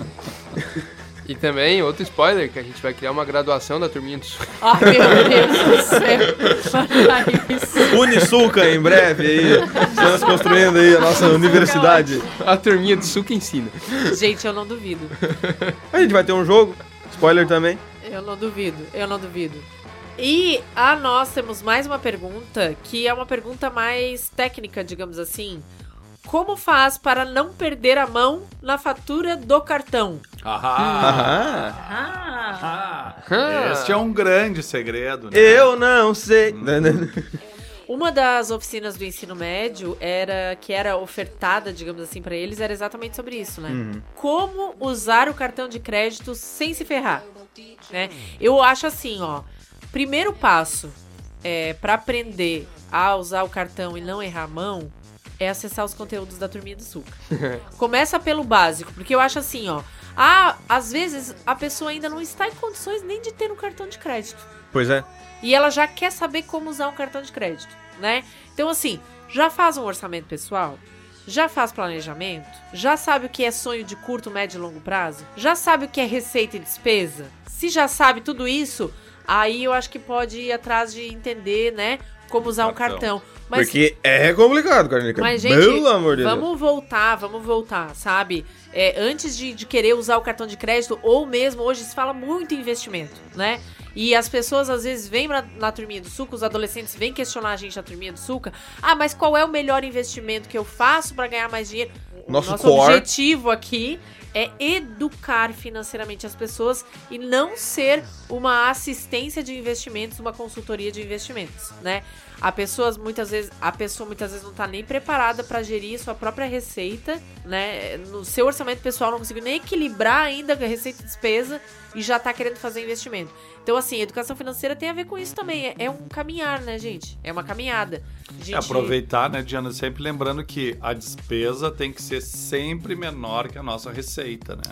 [SPEAKER 7] E também, outro spoiler, que a gente vai criar uma graduação da turminha do Sul.
[SPEAKER 1] Ai, meu Deus do céu. Olha isso.
[SPEAKER 2] Unisulca em breve aí. Estamos construindo aí a
[SPEAKER 1] é
[SPEAKER 2] nossa universidade.
[SPEAKER 7] A turminha do Suca ensina.
[SPEAKER 1] Gente, eu não duvido.
[SPEAKER 2] A gente vai ter um jogo. Spoiler também.
[SPEAKER 1] Eu não duvido, eu não duvido. E a nós temos mais uma pergunta, que é uma pergunta mais técnica, digamos assim. Como faz para não perder a mão na fatura do cartão?
[SPEAKER 9] Ahá.
[SPEAKER 2] Ah.
[SPEAKER 1] Ah.
[SPEAKER 9] Este é um grande segredo, né?
[SPEAKER 2] Eu não sei.
[SPEAKER 1] Uma das oficinas do ensino médio era que era ofertada, digamos assim, para eles, era exatamente sobre isso, né?
[SPEAKER 13] Uhum.
[SPEAKER 1] Como usar o cartão de crédito sem se ferrar, né? Eu acho assim, ó, primeiro passo é para aprender a usar o cartão e não errar a mão é acessar os conteúdos da Turminha do Sul. Começa pelo básico, porque eu acho assim, ó. Ah, às vezes a pessoa ainda não está em condições nem de ter um cartão de crédito.
[SPEAKER 2] Pois é.
[SPEAKER 1] E ela já quer saber como usar um cartão de crédito, né? Então, assim, já faz um orçamento pessoal, já faz planejamento, já sabe o que é sonho de curto, médio e longo prazo, já sabe o que é receita e despesa. Se já sabe tudo isso, aí eu acho que pode ir atrás de entender, né? Como usar um cartão. Mas,
[SPEAKER 2] Porque é complicado, Carlinhos.
[SPEAKER 1] mas, gente,
[SPEAKER 2] Pelo amor de Deus.
[SPEAKER 1] vamos voltar, vamos voltar, sabe? É, antes de, de querer usar o cartão de crédito, ou mesmo hoje se fala muito em investimento, né? E as pessoas às vezes vêm na, na turminha do suco, os adolescentes vêm questionar a gente na turminha do suco. Ah, mas qual é o melhor investimento que eu faço pra ganhar mais dinheiro?
[SPEAKER 2] Nosso
[SPEAKER 1] Nosso
[SPEAKER 2] core.
[SPEAKER 1] objetivo aqui é educar financeiramente as pessoas e não ser uma assistência de investimentos, uma consultoria de investimentos, né? A pessoas muitas vezes, a pessoa muitas vezes não tá nem preparada para gerir sua própria receita, né? No seu orçamento pessoal não conseguiu nem equilibrar ainda a receita e despesa e já tá querendo fazer investimento. Então assim, educação financeira tem a ver com isso também, é, é um caminhar, né, gente? É uma caminhada. A gente-
[SPEAKER 9] É aproveitar, né, Diana? Sempre lembrando que a despesa tem que ser sempre menor que a nossa receita, né?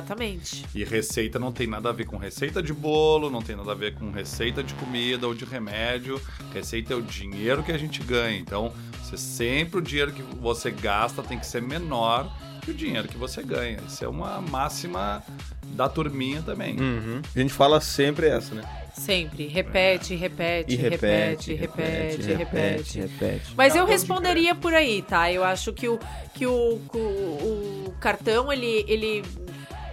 [SPEAKER 1] Exatamente.
[SPEAKER 9] E receita não tem nada a ver com receita de bolo, não tem nada a ver com receita de comida ou de remédio. Receita é o dinheiro que a gente ganha. Então, você sempre o dinheiro que você gasta tem que ser menor que o dinheiro que você ganha. Isso é uma máxima da turminha também.
[SPEAKER 2] Uhum. A gente fala sempre essa, né?
[SPEAKER 1] Sempre. Repete, repete,
[SPEAKER 2] E
[SPEAKER 1] repete, repete,
[SPEAKER 2] repete,
[SPEAKER 1] repete,
[SPEAKER 2] repete,
[SPEAKER 1] repete.
[SPEAKER 2] repete.
[SPEAKER 1] Mas eu
[SPEAKER 2] Cartão de
[SPEAKER 1] responderia por aí, tá? Eu acho que o, que o, que o, o cartão, ele, ele.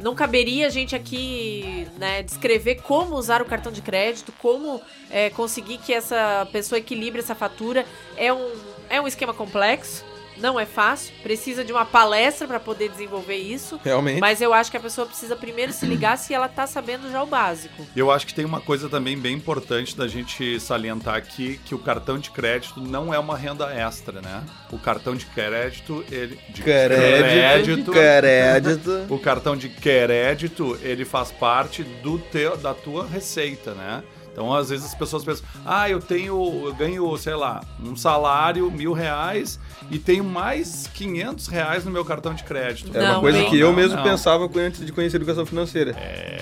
[SPEAKER 1] Não caberia a gente aqui né, descrever como usar o cartão de crédito, como é, conseguir que essa pessoa equilibre essa fatura. É um, é um esquema complexo, não é fácil, precisa de uma palestra para poder desenvolver isso.
[SPEAKER 9] Realmente.
[SPEAKER 1] Mas eu acho que a pessoa precisa primeiro se ligar se ela tá sabendo já o básico.
[SPEAKER 9] Eu acho que tem uma coisa também bem importante da gente salientar aqui, que o cartão de crédito não é uma renda extra, né? O cartão de crédito, ele... De
[SPEAKER 2] Crédito, crédito.
[SPEAKER 9] O cartão de crédito, ele faz parte do teu, da tua receita, né? Então, às vezes, as pessoas pensam, ah, eu tenho, eu ganho, sei lá, um salário, mil reais, e tenho mais 500 reais no meu cartão de crédito.
[SPEAKER 2] É uma coisa que eu mesmo
[SPEAKER 9] não.
[SPEAKER 2] pensava com- antes de conhecer educação financeira.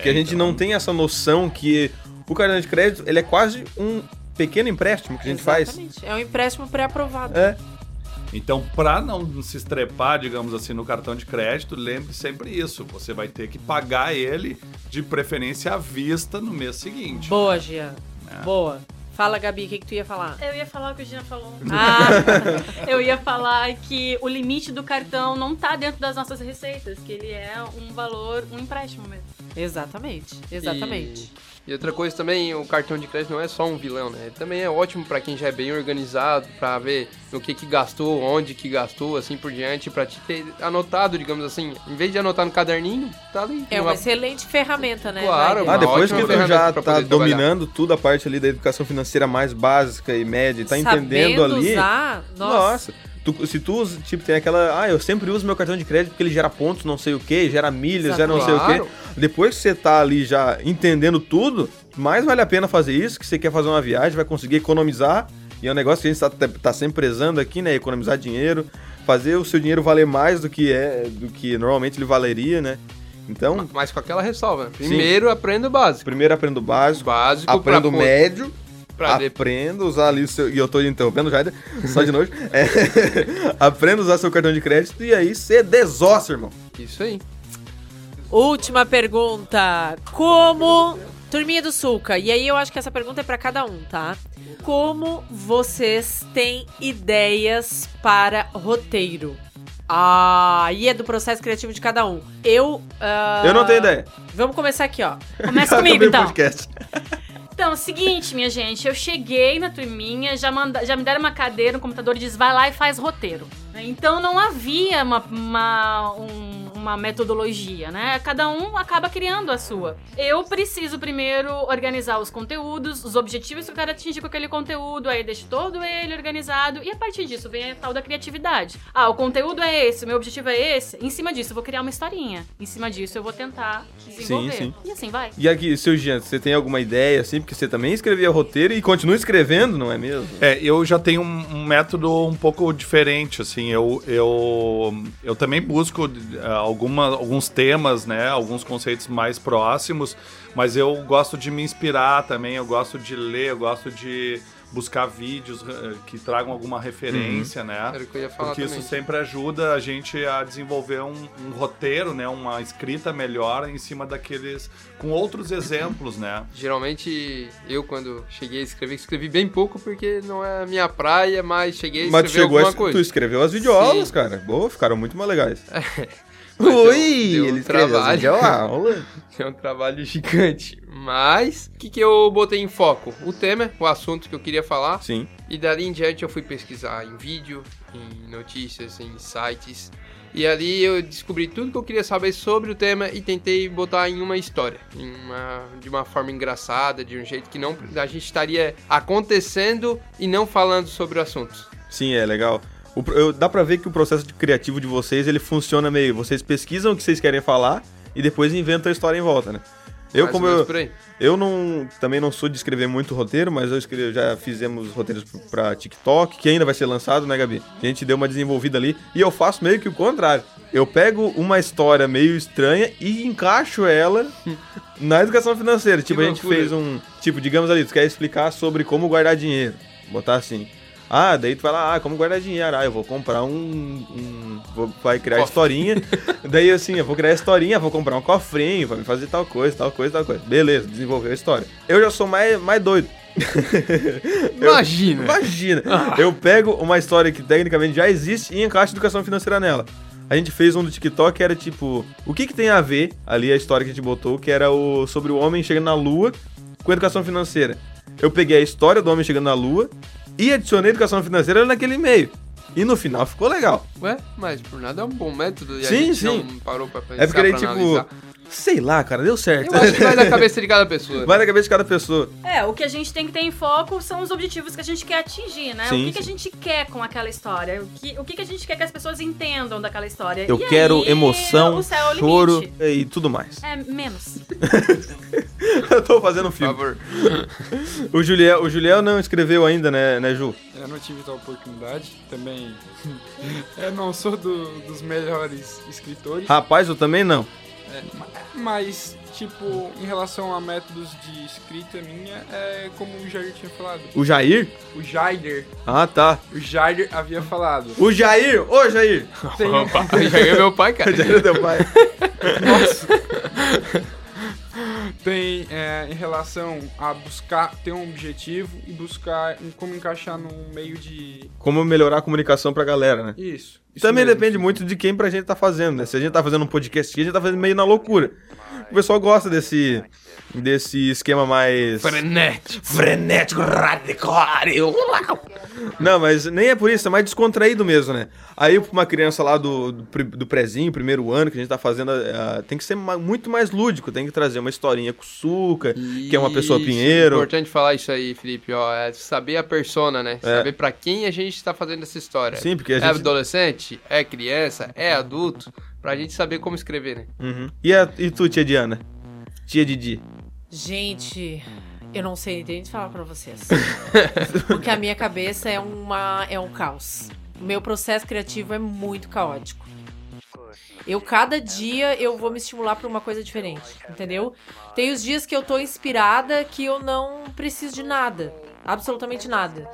[SPEAKER 2] que a gente não tem essa noção que o cartão de crédito ele é quase um pequeno empréstimo que a gente faz.
[SPEAKER 1] É um empréstimo pré-aprovado.
[SPEAKER 2] É.
[SPEAKER 9] Então, para não se estrepar, digamos assim, no cartão de crédito, lembre sempre isso. Você vai ter que pagar ele, de preferência à vista, no mês seguinte.
[SPEAKER 1] Boa, Gia.
[SPEAKER 2] Ah.
[SPEAKER 1] Boa. Fala, Gabi, o que, que tu ia falar?
[SPEAKER 10] Eu ia falar o que o Gina falou.
[SPEAKER 1] Ah,
[SPEAKER 10] Eu ia falar que o limite do cartão não tá dentro das nossas receitas, que ele é um valor, um empréstimo mesmo.
[SPEAKER 1] exatamente, exatamente.
[SPEAKER 7] E, e outra coisa também, o cartão de crédito não é só um vilão, né? Ele também é ótimo pra quem já é bem organizado, pra ver o que que gastou, onde que gastou, assim por diante, pra te ter anotado, digamos assim, em vez de anotar no caderninho, tá ali.
[SPEAKER 1] É uma excelente ferramenta, né?
[SPEAKER 7] Claro,
[SPEAKER 1] Wagner?
[SPEAKER 2] Ah, depois
[SPEAKER 7] ótima
[SPEAKER 2] que tu
[SPEAKER 7] ferramenta
[SPEAKER 2] já
[SPEAKER 7] pra
[SPEAKER 2] tá
[SPEAKER 7] poder trabalhar.
[SPEAKER 2] dominando tudo a parte ali da educação financeira mais básica e média, e tá entendendo
[SPEAKER 1] Sabendo
[SPEAKER 2] ali.
[SPEAKER 1] usar, nossa.
[SPEAKER 2] nossa. Tu- se tu, usa, tipo, tem aquela. Ah, eu sempre uso meu cartão de crédito porque ele gera pontos, não sei o que, gera milhas, gera não sei o
[SPEAKER 7] Claro.
[SPEAKER 2] quê. Depois que você tá ali já entendendo tudo, mais vale a pena fazer isso, que você quer fazer uma viagem, vai conseguir economizar. E é um negócio que a gente tá, tá sempre prezando aqui, né? Economizar dinheiro, fazer o seu dinheiro valer mais do que é, do que normalmente ele valeria, né? Então.
[SPEAKER 7] Mas com aquela ressalva, né? Primeiro aprenda o básico.
[SPEAKER 2] Primeiro aprendo o básico.
[SPEAKER 7] Básico pra
[SPEAKER 2] Aprendo o
[SPEAKER 7] pô-
[SPEAKER 2] médio.
[SPEAKER 7] pra de-
[SPEAKER 2] aprendo a usar ali o seu. E eu tô interrompendo já, só de novo. É, aprenda a usar seu cartão de crédito e aí você desossa, irmão.
[SPEAKER 7] Isso aí.
[SPEAKER 1] Última pergunta. Como. Turminha do Sulca, e aí eu acho que essa pergunta é pra cada um, tá? Como vocês têm ideias para roteiro? Ah, e é do processo criativo de cada um. Eu. ah,
[SPEAKER 2] Eu não tenho ideia.
[SPEAKER 1] Vamos começar aqui, ó.
[SPEAKER 10] Começa
[SPEAKER 2] Acabei
[SPEAKER 10] comigo,
[SPEAKER 2] o
[SPEAKER 10] então.
[SPEAKER 2] podcast.
[SPEAKER 10] Então, seguinte, minha gente, eu cheguei na turminha, já, manda, já me deram uma cadeira, um computador e diz, vai lá e faz roteiro. Então não havia uma, uma, um- uma metodologia, né? Cada um acaba criando a sua. Eu preciso primeiro organizar os conteúdos, os objetivos que eu quero atingir com aquele conteúdo, aí eu deixo todo ele organizado e a partir disso vem a tal da criatividade. Ah, o conteúdo é esse, o meu objetivo é esse. Em cima disso eu vou criar uma historinha. Em cima disso eu vou tentar desenvolver.
[SPEAKER 2] sim.
[SPEAKER 10] E assim vai.
[SPEAKER 2] E aqui, seu Jean, você tem alguma ideia, assim? Porque você também escrevia roteiro e continua escrevendo, não é mesmo?
[SPEAKER 9] É, eu já tenho um, um método um pouco diferente, assim, eu, eu, eu também busco ah, alguma, alguns temas, né? Alguns conceitos mais próximos. Mas eu gosto de me inspirar também, eu gosto de ler, eu gosto de buscar vídeos eh, que tragam alguma referência,
[SPEAKER 7] Uhum.
[SPEAKER 9] né?
[SPEAKER 7] Era o que eu ia falar
[SPEAKER 9] Porque isso
[SPEAKER 7] também.
[SPEAKER 9] sempre ajuda a gente a desenvolver um, um roteiro, né? Uma escrita melhor em cima daqueles... com outros exemplos, né?
[SPEAKER 7] Geralmente, eu quando cheguei a escrever, escrevi bem pouco porque não é a minha praia, mas cheguei a escrever
[SPEAKER 2] Mas tu chegou
[SPEAKER 7] alguma
[SPEAKER 2] a,
[SPEAKER 7] coisa.
[SPEAKER 2] tu escreveu as videoaulas,
[SPEAKER 7] Sim.
[SPEAKER 2] cara. Boa, ficaram muito mais legais.
[SPEAKER 7] Ui, um
[SPEAKER 2] ele escreveu as videoaulas.
[SPEAKER 7] é um trabalho gigante. Mas, o que, que eu botei em foco? O tema, o assunto que eu queria falar.
[SPEAKER 2] Sim.
[SPEAKER 7] E dali em diante eu fui pesquisar em vídeo, em notícias, em sites. E ali eu descobri tudo que eu queria saber sobre o tema e tentei botar em uma história. Em uma, de uma forma engraçada, de um jeito que não a gente estaria acontecendo e não falando sobre o assunto.
[SPEAKER 2] Sim, é legal. O pro- eu- dá pra ver que o processo de criativo de vocês, ele funciona meio... Vocês pesquisam o que vocês querem falar e depois inventam a história em volta, né? Eu,
[SPEAKER 7] Mais ou
[SPEAKER 2] como
[SPEAKER 7] menos
[SPEAKER 2] eu,
[SPEAKER 7] por aí.
[SPEAKER 2] eu não, também não sou de escrever muito roteiro, mas eu escrevo, já fizemos roteiros pro- pra TikTok, que ainda vai ser lançado, né, Gabi? A gente deu uma desenvolvida ali e eu faço meio que o contrário. Eu pego uma história meio estranha e encaixo ela na educação financeira. Tipo, a gente
[SPEAKER 7] loucura.
[SPEAKER 2] fez um. Tipo, digamos ali, tu quer explicar sobre como guardar dinheiro. Botar assim. Ah, daí tu vai lá, ah, como guardar dinheiro? Ah, eu vou comprar um. um- vou- vai criar historinha. daí assim, eu vou criar historinha, vou comprar um cofrinho, vai me fazer tal coisa, tal coisa, tal coisa. Beleza, desenvolveu a história. Eu já sou mais, mais doido. Eu-
[SPEAKER 7] Imagina.
[SPEAKER 2] imagina. Eu pego uma história que tecnicamente já existe e encaixo educação financeira nela. A gente fez um do TikTok que era tipo, o que que tem a ver ali a história que a gente botou, que era o sobre o homem chegando na lua com educação financeira. Eu peguei a história do homem chegando na lua e adicionei educação financeira naquele meio. E no final ficou legal.
[SPEAKER 7] Ué, mas por nada é um bom método e a
[SPEAKER 2] Sim,
[SPEAKER 7] gente
[SPEAKER 2] sim.
[SPEAKER 7] não parou pra pensar,
[SPEAKER 2] É porque daí,
[SPEAKER 7] pra
[SPEAKER 2] tipo,
[SPEAKER 7] analisar.
[SPEAKER 2] sei lá, cara, deu certo.
[SPEAKER 7] Eu acho que vai na cabeça de cada pessoa. né?
[SPEAKER 2] Vai na cabeça de cada pessoa.
[SPEAKER 10] É, o que a gente tem que ter em foco são os objetivos que a gente quer atingir, né?
[SPEAKER 2] Sim,
[SPEAKER 10] o que, que a
[SPEAKER 2] sim.
[SPEAKER 10] gente quer com aquela história? O que, o que, que a gente quer que as pessoas entendam daquela história?
[SPEAKER 2] É, Eu
[SPEAKER 10] E
[SPEAKER 2] quero
[SPEAKER 10] aí,
[SPEAKER 2] emoção,
[SPEAKER 10] o céu é o limite.
[SPEAKER 2] choro e tudo mais.
[SPEAKER 10] É, menos.
[SPEAKER 2] Eu tô fazendo um filme. o, Juliel, o Juliel não escreveu ainda, né, né Ju?
[SPEAKER 12] Eu não tive tal oportunidade. Também. eu não sou do- dos melhores escritores.
[SPEAKER 7] Ah.
[SPEAKER 2] Rapaz, eu também não.
[SPEAKER 12] É, ma- mas, tipo, em relação a métodos de escrita minha, é como o Jair tinha falado.
[SPEAKER 2] O Jair?
[SPEAKER 12] O Jair.
[SPEAKER 2] Ah, tá.
[SPEAKER 12] O Jair havia falado.
[SPEAKER 2] O Jair? Ô, Jair!
[SPEAKER 12] Tem-
[SPEAKER 7] Opa, o Jair é meu pai, cara.
[SPEAKER 2] O Jair é teu pai.
[SPEAKER 12] Nossa. Tem é, em relação a buscar ter um objetivo e buscar em como encaixar num meio de.
[SPEAKER 2] Como melhorar a comunicação pra galera, né?
[SPEAKER 12] Isso.
[SPEAKER 2] também depende muito de quem pra gente tá fazendo, né? Se a gente tá fazendo um podcast aqui, a gente tá fazendo meio na loucura. O pessoal gosta desse, desse esquema mais...
[SPEAKER 7] "É Frenético.
[SPEAKER 2] Frenético, radical. Não, mas nem é por isso, é mais descontraído mesmo, né? Aí pra uma criança lá do, do, pri- do prezinho, primeiro ano que a gente tá fazendo, ah, tem que ser ma- muito mais lúdico, tem que trazer uma historinha com suca, que é uma pessoa
[SPEAKER 7] Isso,
[SPEAKER 2] pinheiro.
[SPEAKER 7] importante falar isso aí, Felipe, ó, é saber a persona, né?
[SPEAKER 2] É.
[SPEAKER 7] Saber pra quem a gente tá fazendo essa história.
[SPEAKER 2] Sim, porque a
[SPEAKER 7] É
[SPEAKER 2] gente-
[SPEAKER 7] adolescente, é criança, é adulto, pra gente saber como escrever, né?
[SPEAKER 2] Uhum. E, a, e tu, tia Diana? Tia Didi?
[SPEAKER 1] Gente, eu não sei nem de falar pra vocês. Porque a minha cabeça é, uma, é um caos. O meu processo criativo é muito caótico. Eu, cada dia, eu vou me estimular pra uma coisa diferente, entendeu? Tem os dias que eu tô inspirada que eu não preciso de nada. Absolutamente nada.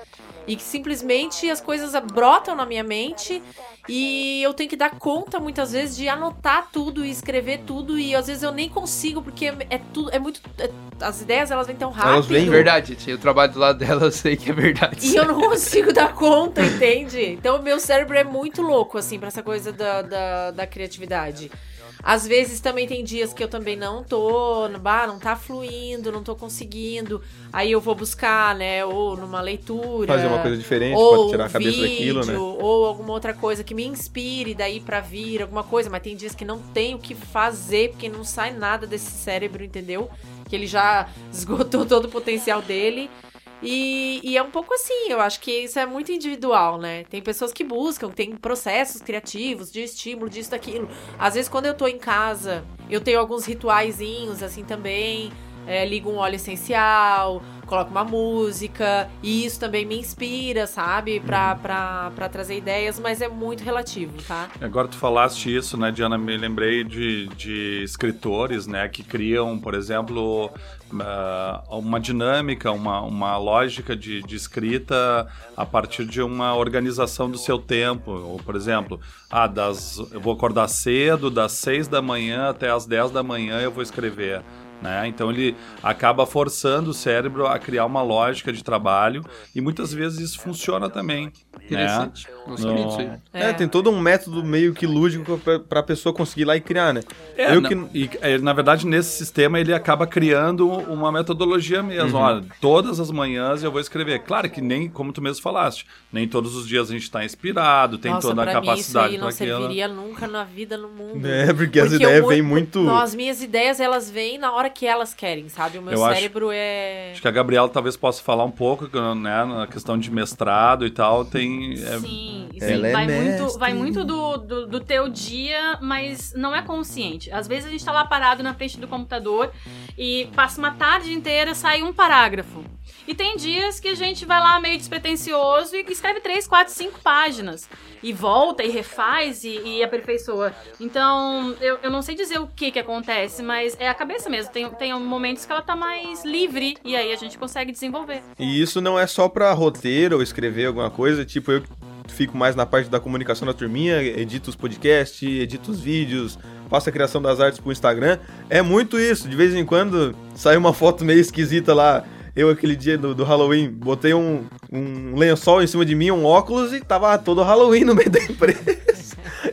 [SPEAKER 1] E que simplesmente as coisas brotam na minha mente e eu tenho que dar conta muitas vezes de anotar tudo e escrever tudo e às vezes eu nem consigo porque é, é tudo é muito é- as ideias elas vêm tão rápido.
[SPEAKER 7] É Verdade, tia, eu trabalho do lado dela, eu sei que é verdade.
[SPEAKER 1] E eu não consigo dar conta, entende? Então o meu cérebro é muito louco, assim, pra essa coisa da, da, da criatividade. Às vezes também tem dias que eu também não tô, bah, não tá fluindo, não tô conseguindo. Aí eu vou buscar, né, ou numa leitura.
[SPEAKER 2] Fazer uma coisa diferente
[SPEAKER 1] ou
[SPEAKER 2] pra tirar a cabeça
[SPEAKER 1] um vídeo,
[SPEAKER 2] daquilo, né?
[SPEAKER 1] Ou alguma outra coisa que me inspire daí pra vir, alguma coisa. Mas tem dias que não tem o que fazer, porque não sai nada desse cérebro, entendeu? Que ele já esgotou todo o potencial dele. E, e é um pouco assim, eu acho que isso é muito individual, né? Tem pessoas que buscam, tem processos criativos, de estímulo, disso, daquilo. Às vezes, quando eu tô em casa, eu tenho alguns rituaizinhos, assim, também. É, ligo um óleo essencial, coloco uma música, e isso também me inspira, sabe? Pra,
[SPEAKER 9] Uhum.
[SPEAKER 1] pra, pra trazer ideias, mas é muito relativo, tá?
[SPEAKER 9] Agora tu falaste isso, né, Diana? Me lembrei de, de escritores, né, que criam, por exemplo, ah, uma dinâmica, uma, uma lógica de, de escrita a partir de uma organização do seu tempo. Ou, por exemplo, ah, das, eu vou acordar cedo, das seis da manhã até as dez da manhã eu vou escrever. né? Então ele acaba forçando o cérebro a criar uma lógica de trabalho e muitas vezes isso funciona também. né?
[SPEAKER 7] Interessante. Não sabia disso aí.
[SPEAKER 2] É, tem todo um método meio que lúdico pra, pra pessoa conseguir ir lá e criar, né?
[SPEAKER 9] É,
[SPEAKER 2] Eu
[SPEAKER 9] na,
[SPEAKER 2] que-
[SPEAKER 9] e, é, na verdade, nesse sistema ele acaba criando uma metodologia mesmo.
[SPEAKER 2] Uhum.
[SPEAKER 9] Olha, todas as manhãs eu vou escrever. Claro que nem, como tu mesmo falaste, nem todos os dias a gente está inspirado, tem
[SPEAKER 1] Nossa,
[SPEAKER 9] toda a
[SPEAKER 1] pra mim isso aí
[SPEAKER 9] capacidade
[SPEAKER 1] não
[SPEAKER 9] pra aquilo.
[SPEAKER 1] serviria nunca na vida, no mundo.
[SPEAKER 2] Né?
[SPEAKER 9] É, porque as ideias
[SPEAKER 1] eu-
[SPEAKER 9] vêm muito-
[SPEAKER 1] Não, as minhas ideias, elas vêm na hora que elas querem, sabe? O meu
[SPEAKER 9] Eu acho-
[SPEAKER 1] cérebro é...
[SPEAKER 9] Acho que a Gabriela talvez possa falar um pouco, né, na questão de mestrado e tal, tem... é-
[SPEAKER 10] Sim, sim, vai, muito, vai muito do, do, do teu dia, mas não é consciente. Às vezes a gente tá lá parado na frente do computador e passa uma tarde inteira, sai um parágrafo. E tem dias que a gente vai lá meio despretensioso e escreve três, quatro, cinco páginas. E volta e refaz e, e aperfeiçoa. Então, eu, eu não sei dizer o que que acontece, mas é a cabeça mesmo. Tem, tem momentos que ela tá mais livre e aí a gente consegue desenvolver.
[SPEAKER 2] E isso não é só pra roteiro ou escrever alguma coisa, tipo, eu fico mais na parte da comunicação da turminha, edito os podcasts, edito os vídeos, faço a criação das artes pro Instagram. É muito isso, de vez em quando sai uma foto meio esquisita lá. Eu, aquele dia do, do Halloween, botei um, um lençol em cima de mim, um óculos e tava todo Halloween no meio da empresa.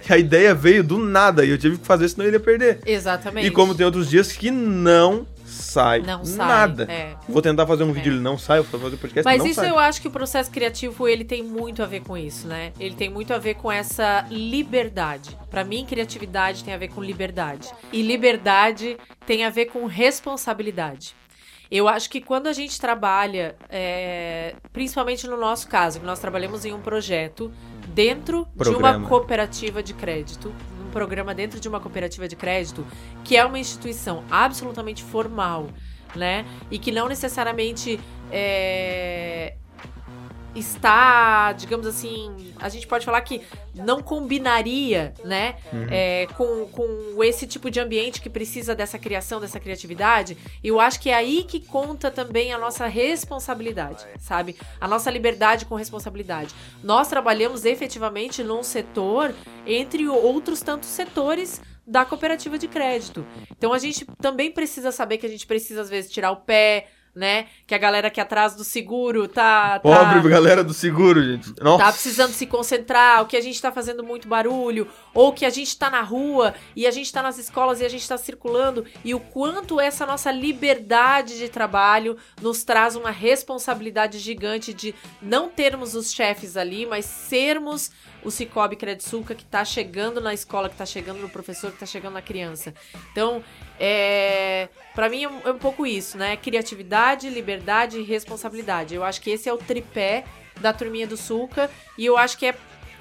[SPEAKER 2] E a ideia veio do nada e eu tive que fazer, senão eu ia perder.
[SPEAKER 1] Exatamente.
[SPEAKER 2] E como tem outros dias que não sai
[SPEAKER 1] Não sai,
[SPEAKER 2] nada.
[SPEAKER 1] é.
[SPEAKER 2] Vou tentar fazer um vídeo, ele não sai, vou fazer um podcast,
[SPEAKER 1] Mas
[SPEAKER 2] não
[SPEAKER 1] isso
[SPEAKER 2] sai.
[SPEAKER 1] eu acho que o processo criativo ele tem muito a ver com isso, né? Ele tem muito a ver com essa liberdade. Pra mim, criatividade tem a ver com liberdade. E liberdade tem a ver com responsabilidade. Eu acho que quando a gente trabalha, é, principalmente no nosso caso, que nós trabalhamos em um projeto dentro de uma
[SPEAKER 14] Programa.
[SPEAKER 1] cooperativa de crédito, um programa dentro de uma cooperativa de crédito, que é uma instituição absolutamente formal, né? E que não necessariamente é, está, digamos assim, a gente pode falar que não combinaria, né,
[SPEAKER 14] Uhum.
[SPEAKER 1] é, com, com esse tipo de ambiente que precisa dessa criação, dessa criatividade. Eu acho que é aí que conta também a nossa responsabilidade, sabe? A nossa liberdade com responsabilidade. Nós trabalhamos efetivamente num setor entre outros tantos setores da cooperativa de crédito. Então a gente também precisa saber que a gente precisa às vezes tirar o pé, né? Que a galera que atrás do seguro tá, tá
[SPEAKER 2] Pobre galera do seguro, gente. Nossa.
[SPEAKER 1] Tá precisando se concentrar, o que a gente tá fazendo muito barulho, ou que a gente tá na rua e a gente tá nas escolas e a gente tá circulando, e o quanto essa nossa liberdade de trabalho nos traz uma responsabilidade gigante de não termos os chefes ali, mas sermos o Cicobi Credsuca que tá chegando na escola, que tá chegando no professor, que tá chegando na criança. Então, é, para mim é um, é um pouco isso, né? Criatividade, liberdade e responsabilidade. Eu acho que esse é o tripé da turminha do Sulca e eu acho que é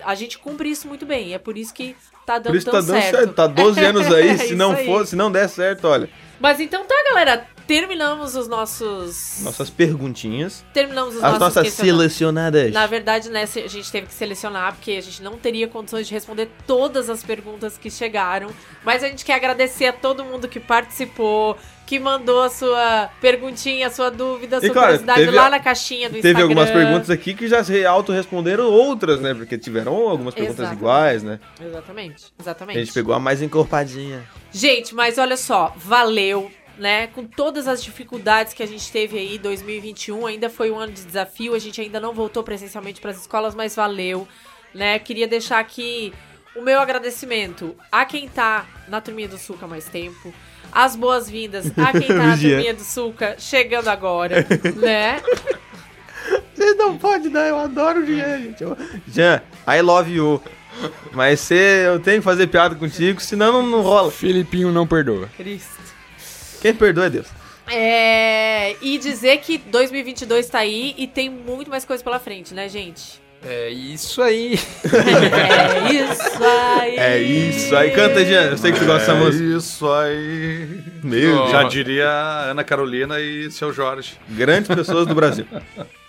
[SPEAKER 1] a gente cumpre isso muito bem. É por isso que tá dando
[SPEAKER 2] Por isso
[SPEAKER 1] tão
[SPEAKER 2] tá dando certo.
[SPEAKER 1] certo.
[SPEAKER 2] Tá 12 anos
[SPEAKER 1] É
[SPEAKER 2] aí, se
[SPEAKER 1] isso
[SPEAKER 2] não
[SPEAKER 1] aí.
[SPEAKER 2] for, se não der certo, olha.
[SPEAKER 1] Mas então tá, galera, terminamos os nossos
[SPEAKER 2] Nossas perguntinhas.
[SPEAKER 1] Terminamos os
[SPEAKER 2] As
[SPEAKER 1] nossos
[SPEAKER 2] nossas
[SPEAKER 1] questionários.
[SPEAKER 2] selecionadas.
[SPEAKER 1] Na verdade, né, se- a gente teve que selecionar, porque a gente não teria condições de responder todas as perguntas que chegaram. Mas a gente quer agradecer a todo mundo que participou, que mandou a sua perguntinha, a sua dúvida, a
[SPEAKER 2] E,
[SPEAKER 1] sua
[SPEAKER 2] claro,
[SPEAKER 1] curiosidade
[SPEAKER 2] teve
[SPEAKER 1] lá
[SPEAKER 2] a-
[SPEAKER 1] na caixinha do
[SPEAKER 2] Teve
[SPEAKER 1] Instagram.
[SPEAKER 2] algumas perguntas aqui que já se autorresponderam outras, né? Porque tiveram algumas perguntas
[SPEAKER 1] Exato.
[SPEAKER 2] iguais, né?
[SPEAKER 1] Exatamente,
[SPEAKER 2] A
[SPEAKER 1] exatamente.
[SPEAKER 2] gente pegou a mais encorpadinha.
[SPEAKER 1] Gente, mas olha só, valeu, né? Com todas as dificuldades que a gente teve aí, 2021 ainda foi um ano de desafio, a gente ainda não voltou presencialmente para as escolas, mas valeu, né? Queria deixar aqui o meu agradecimento a quem tá na turminha do Suca há mais tempo. As boas-vindas a quem tá na
[SPEAKER 2] Vigia.
[SPEAKER 1] turminha do Suca chegando agora, né?
[SPEAKER 2] Vocês não podem dar, eu adoro o Jean, gente. Eu- Jean, I love you. Mas cê, eu tenho que fazer piada contigo, senão não, não rola. Filipinho não perdoa.
[SPEAKER 1] Cristo.
[SPEAKER 2] Quem perdoa é Deus.
[SPEAKER 1] É, e dizer que 2022 tá aí e tem muito mais coisa pela frente, né, gente?
[SPEAKER 7] É isso aí.
[SPEAKER 1] É isso aí.
[SPEAKER 2] É isso aí. Canta, Jean. Eu sei que tu gosta dessa
[SPEAKER 9] É
[SPEAKER 2] música.
[SPEAKER 9] Isso aí.
[SPEAKER 2] Meu Deus.
[SPEAKER 9] Já diria Ana Carolina e seu Jorge.
[SPEAKER 2] Grandes pessoas do Brasil.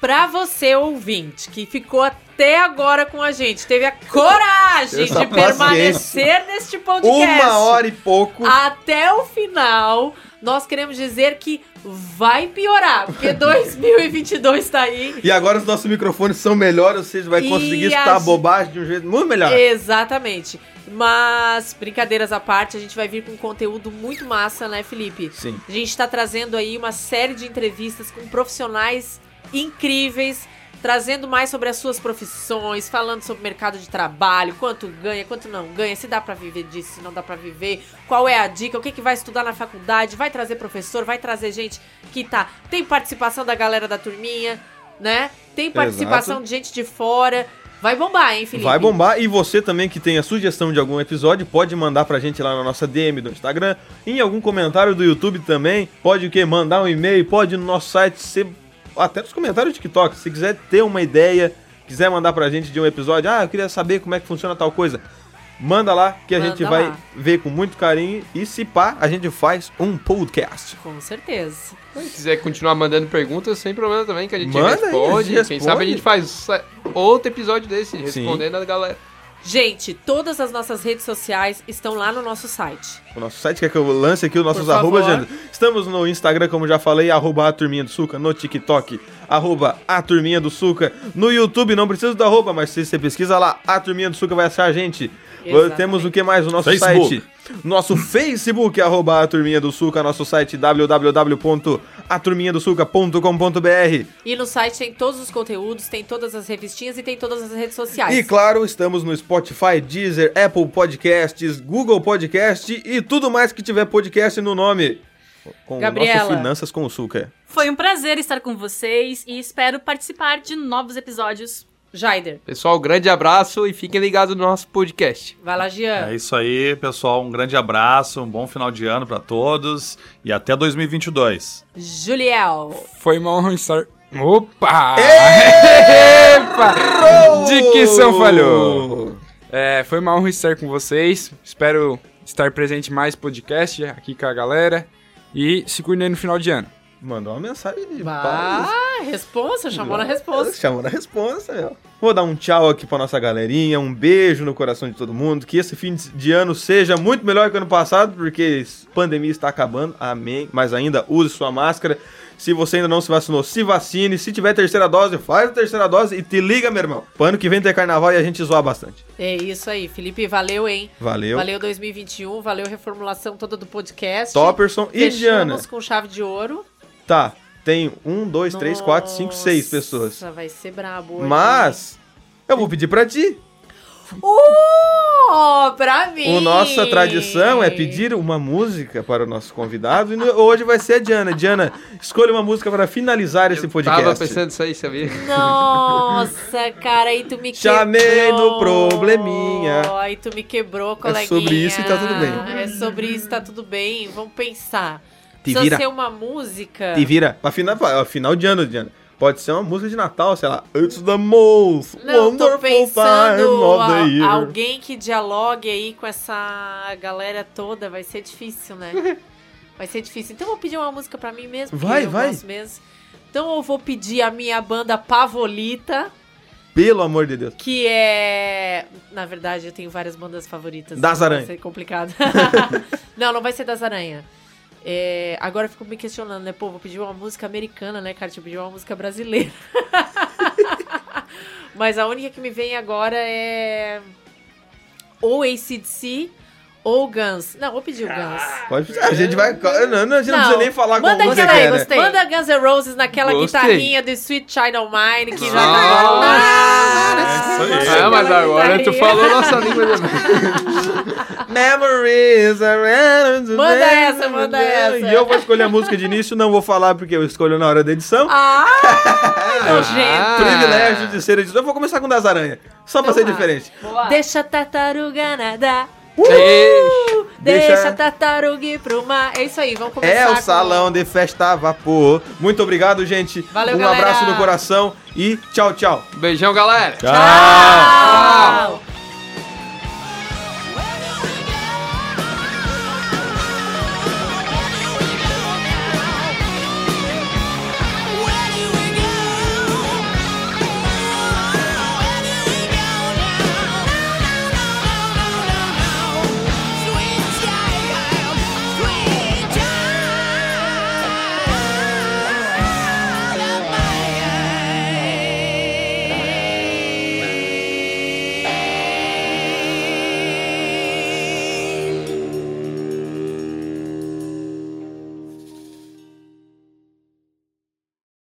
[SPEAKER 1] Pra você, ouvinte, que ficou até agora com a gente, teve a coragem
[SPEAKER 2] Essa
[SPEAKER 1] de
[SPEAKER 2] paciência.
[SPEAKER 1] permanecer neste podcast.
[SPEAKER 2] Uma hora e pouco.
[SPEAKER 1] Ah. Até o final, nós queremos dizer que vai piorar, porque 2022 tá aí.
[SPEAKER 2] E agora os nossos microfones são melhores, ou seja, vai
[SPEAKER 1] E
[SPEAKER 2] conseguir
[SPEAKER 1] a
[SPEAKER 2] estar a
[SPEAKER 1] gente-
[SPEAKER 2] bobagem de um jeito muito melhor.
[SPEAKER 1] Exatamente. Mas, brincadeiras à parte, a gente vai vir com um conteúdo muito massa, né, Felipe?
[SPEAKER 2] Sim.
[SPEAKER 1] A gente tá trazendo aí uma série de entrevistas com profissionais incríveis, trazendo mais sobre as suas profissões, falando sobre o mercado de trabalho, quanto ganha, quanto não ganha, se dá pra viver disso, se não dá pra viver, qual é a dica, o que que vai estudar na faculdade, vai trazer professor, vai trazer gente que tá, tem participação da galera da turminha, né? Tem participação
[SPEAKER 2] Exato.
[SPEAKER 1] de gente de fora. Vai bombar, hein, Felipe?
[SPEAKER 2] Vai bombar. E você também que tem a sugestão de algum episódio, pode mandar pra gente lá na nossa DM do Instagram, em algum comentário do YouTube também. Pode o quê? Mandar um e-mail, pode no nosso site, ser... até nos comentários do TikTok. Se quiser ter uma ideia, quiser mandar pra gente de um episódio, ah, eu queria saber como é que funciona tal coisa. Manda lá que a
[SPEAKER 1] Manda
[SPEAKER 2] gente vai
[SPEAKER 1] lá.
[SPEAKER 2] ver com muito carinho e se pá, a gente faz um podcast.
[SPEAKER 1] Com certeza.
[SPEAKER 7] Se quiser continuar mandando perguntas, sem problema também, que a gente
[SPEAKER 2] Manda aí, a
[SPEAKER 7] responde.
[SPEAKER 2] gente
[SPEAKER 7] Quem
[SPEAKER 2] responde.
[SPEAKER 7] sabe a gente faz outro episódio desse, respondendo a galera.
[SPEAKER 1] Gente, todas as nossas redes sociais estão lá no nosso site.
[SPEAKER 2] O nosso site quer que eu lance aqui os nossos
[SPEAKER 1] Por favor.
[SPEAKER 2] arrobas, Jandro? Estamos no Instagram, como já falei, arroba a Turminha do Suca, no TikTok, arroba a Turminha do Suca, no YouTube, não precisa do arroba, mas se você pesquisa lá, a Turminha do Suca vai achar a gente.
[SPEAKER 1] Exatamente.
[SPEAKER 2] Temos o que mais? O nosso
[SPEAKER 9] Facebook.
[SPEAKER 2] site. Nosso Facebook, arroba a Turminha do Suca, nosso site www.aturminhadosuca.com.br
[SPEAKER 1] E no site tem todos os conteúdos, tem todas as revistinhas e tem todas as redes sociais.
[SPEAKER 2] E claro, estamos no Spotify, Deezer, Apple Podcasts, Google Podcast e tudo mais que tiver podcast no nome. Com o
[SPEAKER 10] Gabriela.
[SPEAKER 2] nosso Finanças com o Suca.
[SPEAKER 10] Foi um prazer estar com vocês e espero participar de novos episódios.
[SPEAKER 1] Jaider.
[SPEAKER 7] Pessoal, grande abraço e fiquem ligados no nosso podcast.
[SPEAKER 1] Vai lá, Jean.
[SPEAKER 9] É isso aí, pessoal. Um grande abraço, um bom final de ano pra todos e até 2022.
[SPEAKER 1] Juliel.
[SPEAKER 12] Foi uma honra estar. Opa!
[SPEAKER 2] Epa!
[SPEAKER 12] Dicção falhou! É, foi uma honra estar com vocês. Espero estar presente em mais podcast aqui com a galera. E se cuidem no final de ano.
[SPEAKER 2] Mandou uma mensagem de
[SPEAKER 1] Ah, responsa, chamou na resposta.
[SPEAKER 2] Chamou na resposta, meu. Vou dar um tchau aqui pra nossa galerinha, um beijo no coração de todo mundo, que esse fim de ano seja muito melhor que ano passado, porque a pandemia está acabando, amém. Mas ainda use sua máscara. Se você ainda não se vacinou, se vacine. Se tiver terceira dose, faz a terceira dose e te liga, meu irmão. Pra ano que vem ter carnaval e a gente zoar bastante.
[SPEAKER 1] É isso aí, Felipe, valeu, hein?
[SPEAKER 2] Valeu.
[SPEAKER 1] Valeu 2021, valeu a reformulação toda do podcast.
[SPEAKER 2] Topperson e
[SPEAKER 1] Fechamos
[SPEAKER 2] Diana.
[SPEAKER 1] com chave de ouro.
[SPEAKER 2] Tá, tem um, dois, três, quatro, cinco, seis pessoas.
[SPEAKER 1] Nossa, vai ser brabo hoje.
[SPEAKER 2] Mas, eu vou pedir pra ti.
[SPEAKER 1] Uh, pra mim!
[SPEAKER 2] O nossa tradição é pedir uma música para o nosso convidado. E no- hoje vai ser a Diana. Diana, escolha uma música para finalizar esse podcast.
[SPEAKER 7] Tava pensando isso aí, sabia?
[SPEAKER 1] Nossa, cara, aí tu me
[SPEAKER 2] Chamei
[SPEAKER 1] quebrou.
[SPEAKER 2] no probleminha. É
[SPEAKER 1] Aí tu me quebrou, coleguinha.
[SPEAKER 2] sobre isso e tá tudo bem.
[SPEAKER 1] É sobre isso e tá tudo bem. Vamos pensar.
[SPEAKER 2] Te
[SPEAKER 1] Precisa
[SPEAKER 2] vira.
[SPEAKER 1] ser uma música...
[SPEAKER 2] Te vira. Pra final, pra- final de ano, Diana. Pode ser uma música de Natal, sei lá. It's the most
[SPEAKER 1] Não, tô
[SPEAKER 2] wonderful time
[SPEAKER 1] pensando
[SPEAKER 2] of the
[SPEAKER 1] a-
[SPEAKER 2] year.
[SPEAKER 1] alguém que dialogue aí com essa galera toda. Vai ser difícil, né? Vai ser difícil. Então eu vou pedir uma música pra mim mesmo. porque
[SPEAKER 2] Vai,
[SPEAKER 1] eu
[SPEAKER 2] vai.
[SPEAKER 1] gosto mesmo. Então eu vou pedir a minha banda Pavolita,
[SPEAKER 2] Pelo amor de Deus.
[SPEAKER 1] que é... Na verdade, eu tenho várias bandas favoritas.
[SPEAKER 2] Das
[SPEAKER 1] então
[SPEAKER 2] Aranha.
[SPEAKER 1] Vai ser complicado. não, não vai ser Das Aranha. É, agora eu fico me questionando, né? Pô, vou pedir uma música americana, né, cara? Tipo, pedir uma música brasileira. Mas a única que me vem agora é. Ou ACDC ou Guns. Não, vou pedir o Guns.
[SPEAKER 2] Pode A gente vai. Não, não, a gente não, precisa nem falar
[SPEAKER 1] manda
[SPEAKER 2] como você
[SPEAKER 1] aquela-
[SPEAKER 2] quer, né?
[SPEAKER 1] Manda Guns N' Roses naquela
[SPEAKER 2] Gostei.
[SPEAKER 1] guitarrinha do Sweet Child O' Mine que já tá
[SPEAKER 7] É, mas agora tu falou nossa língua
[SPEAKER 2] Memories are
[SPEAKER 1] Manda essa, manda essa.
[SPEAKER 2] E eu vou escolher a música de início, não vou falar porque eu escolho na hora da edição.
[SPEAKER 1] Ah, nojento. Então
[SPEAKER 2] Privilégio de ser editor. Eu vou começar com o das aranha. Só pra ser diferente.
[SPEAKER 1] Deixa a tartaruga nadar. Uh, Deixa,
[SPEAKER 2] Deixa
[SPEAKER 1] a tartaruga ir pro mar. É isso aí, vamos começar.
[SPEAKER 2] É o
[SPEAKER 1] com-
[SPEAKER 2] salão de festa a vapor. Muito obrigado, gente.
[SPEAKER 1] Valeu,
[SPEAKER 2] um
[SPEAKER 1] galera.
[SPEAKER 2] abraço no coração e tchau, tchau.
[SPEAKER 7] Beijão, galera.
[SPEAKER 2] Tchau.
[SPEAKER 1] Tchau.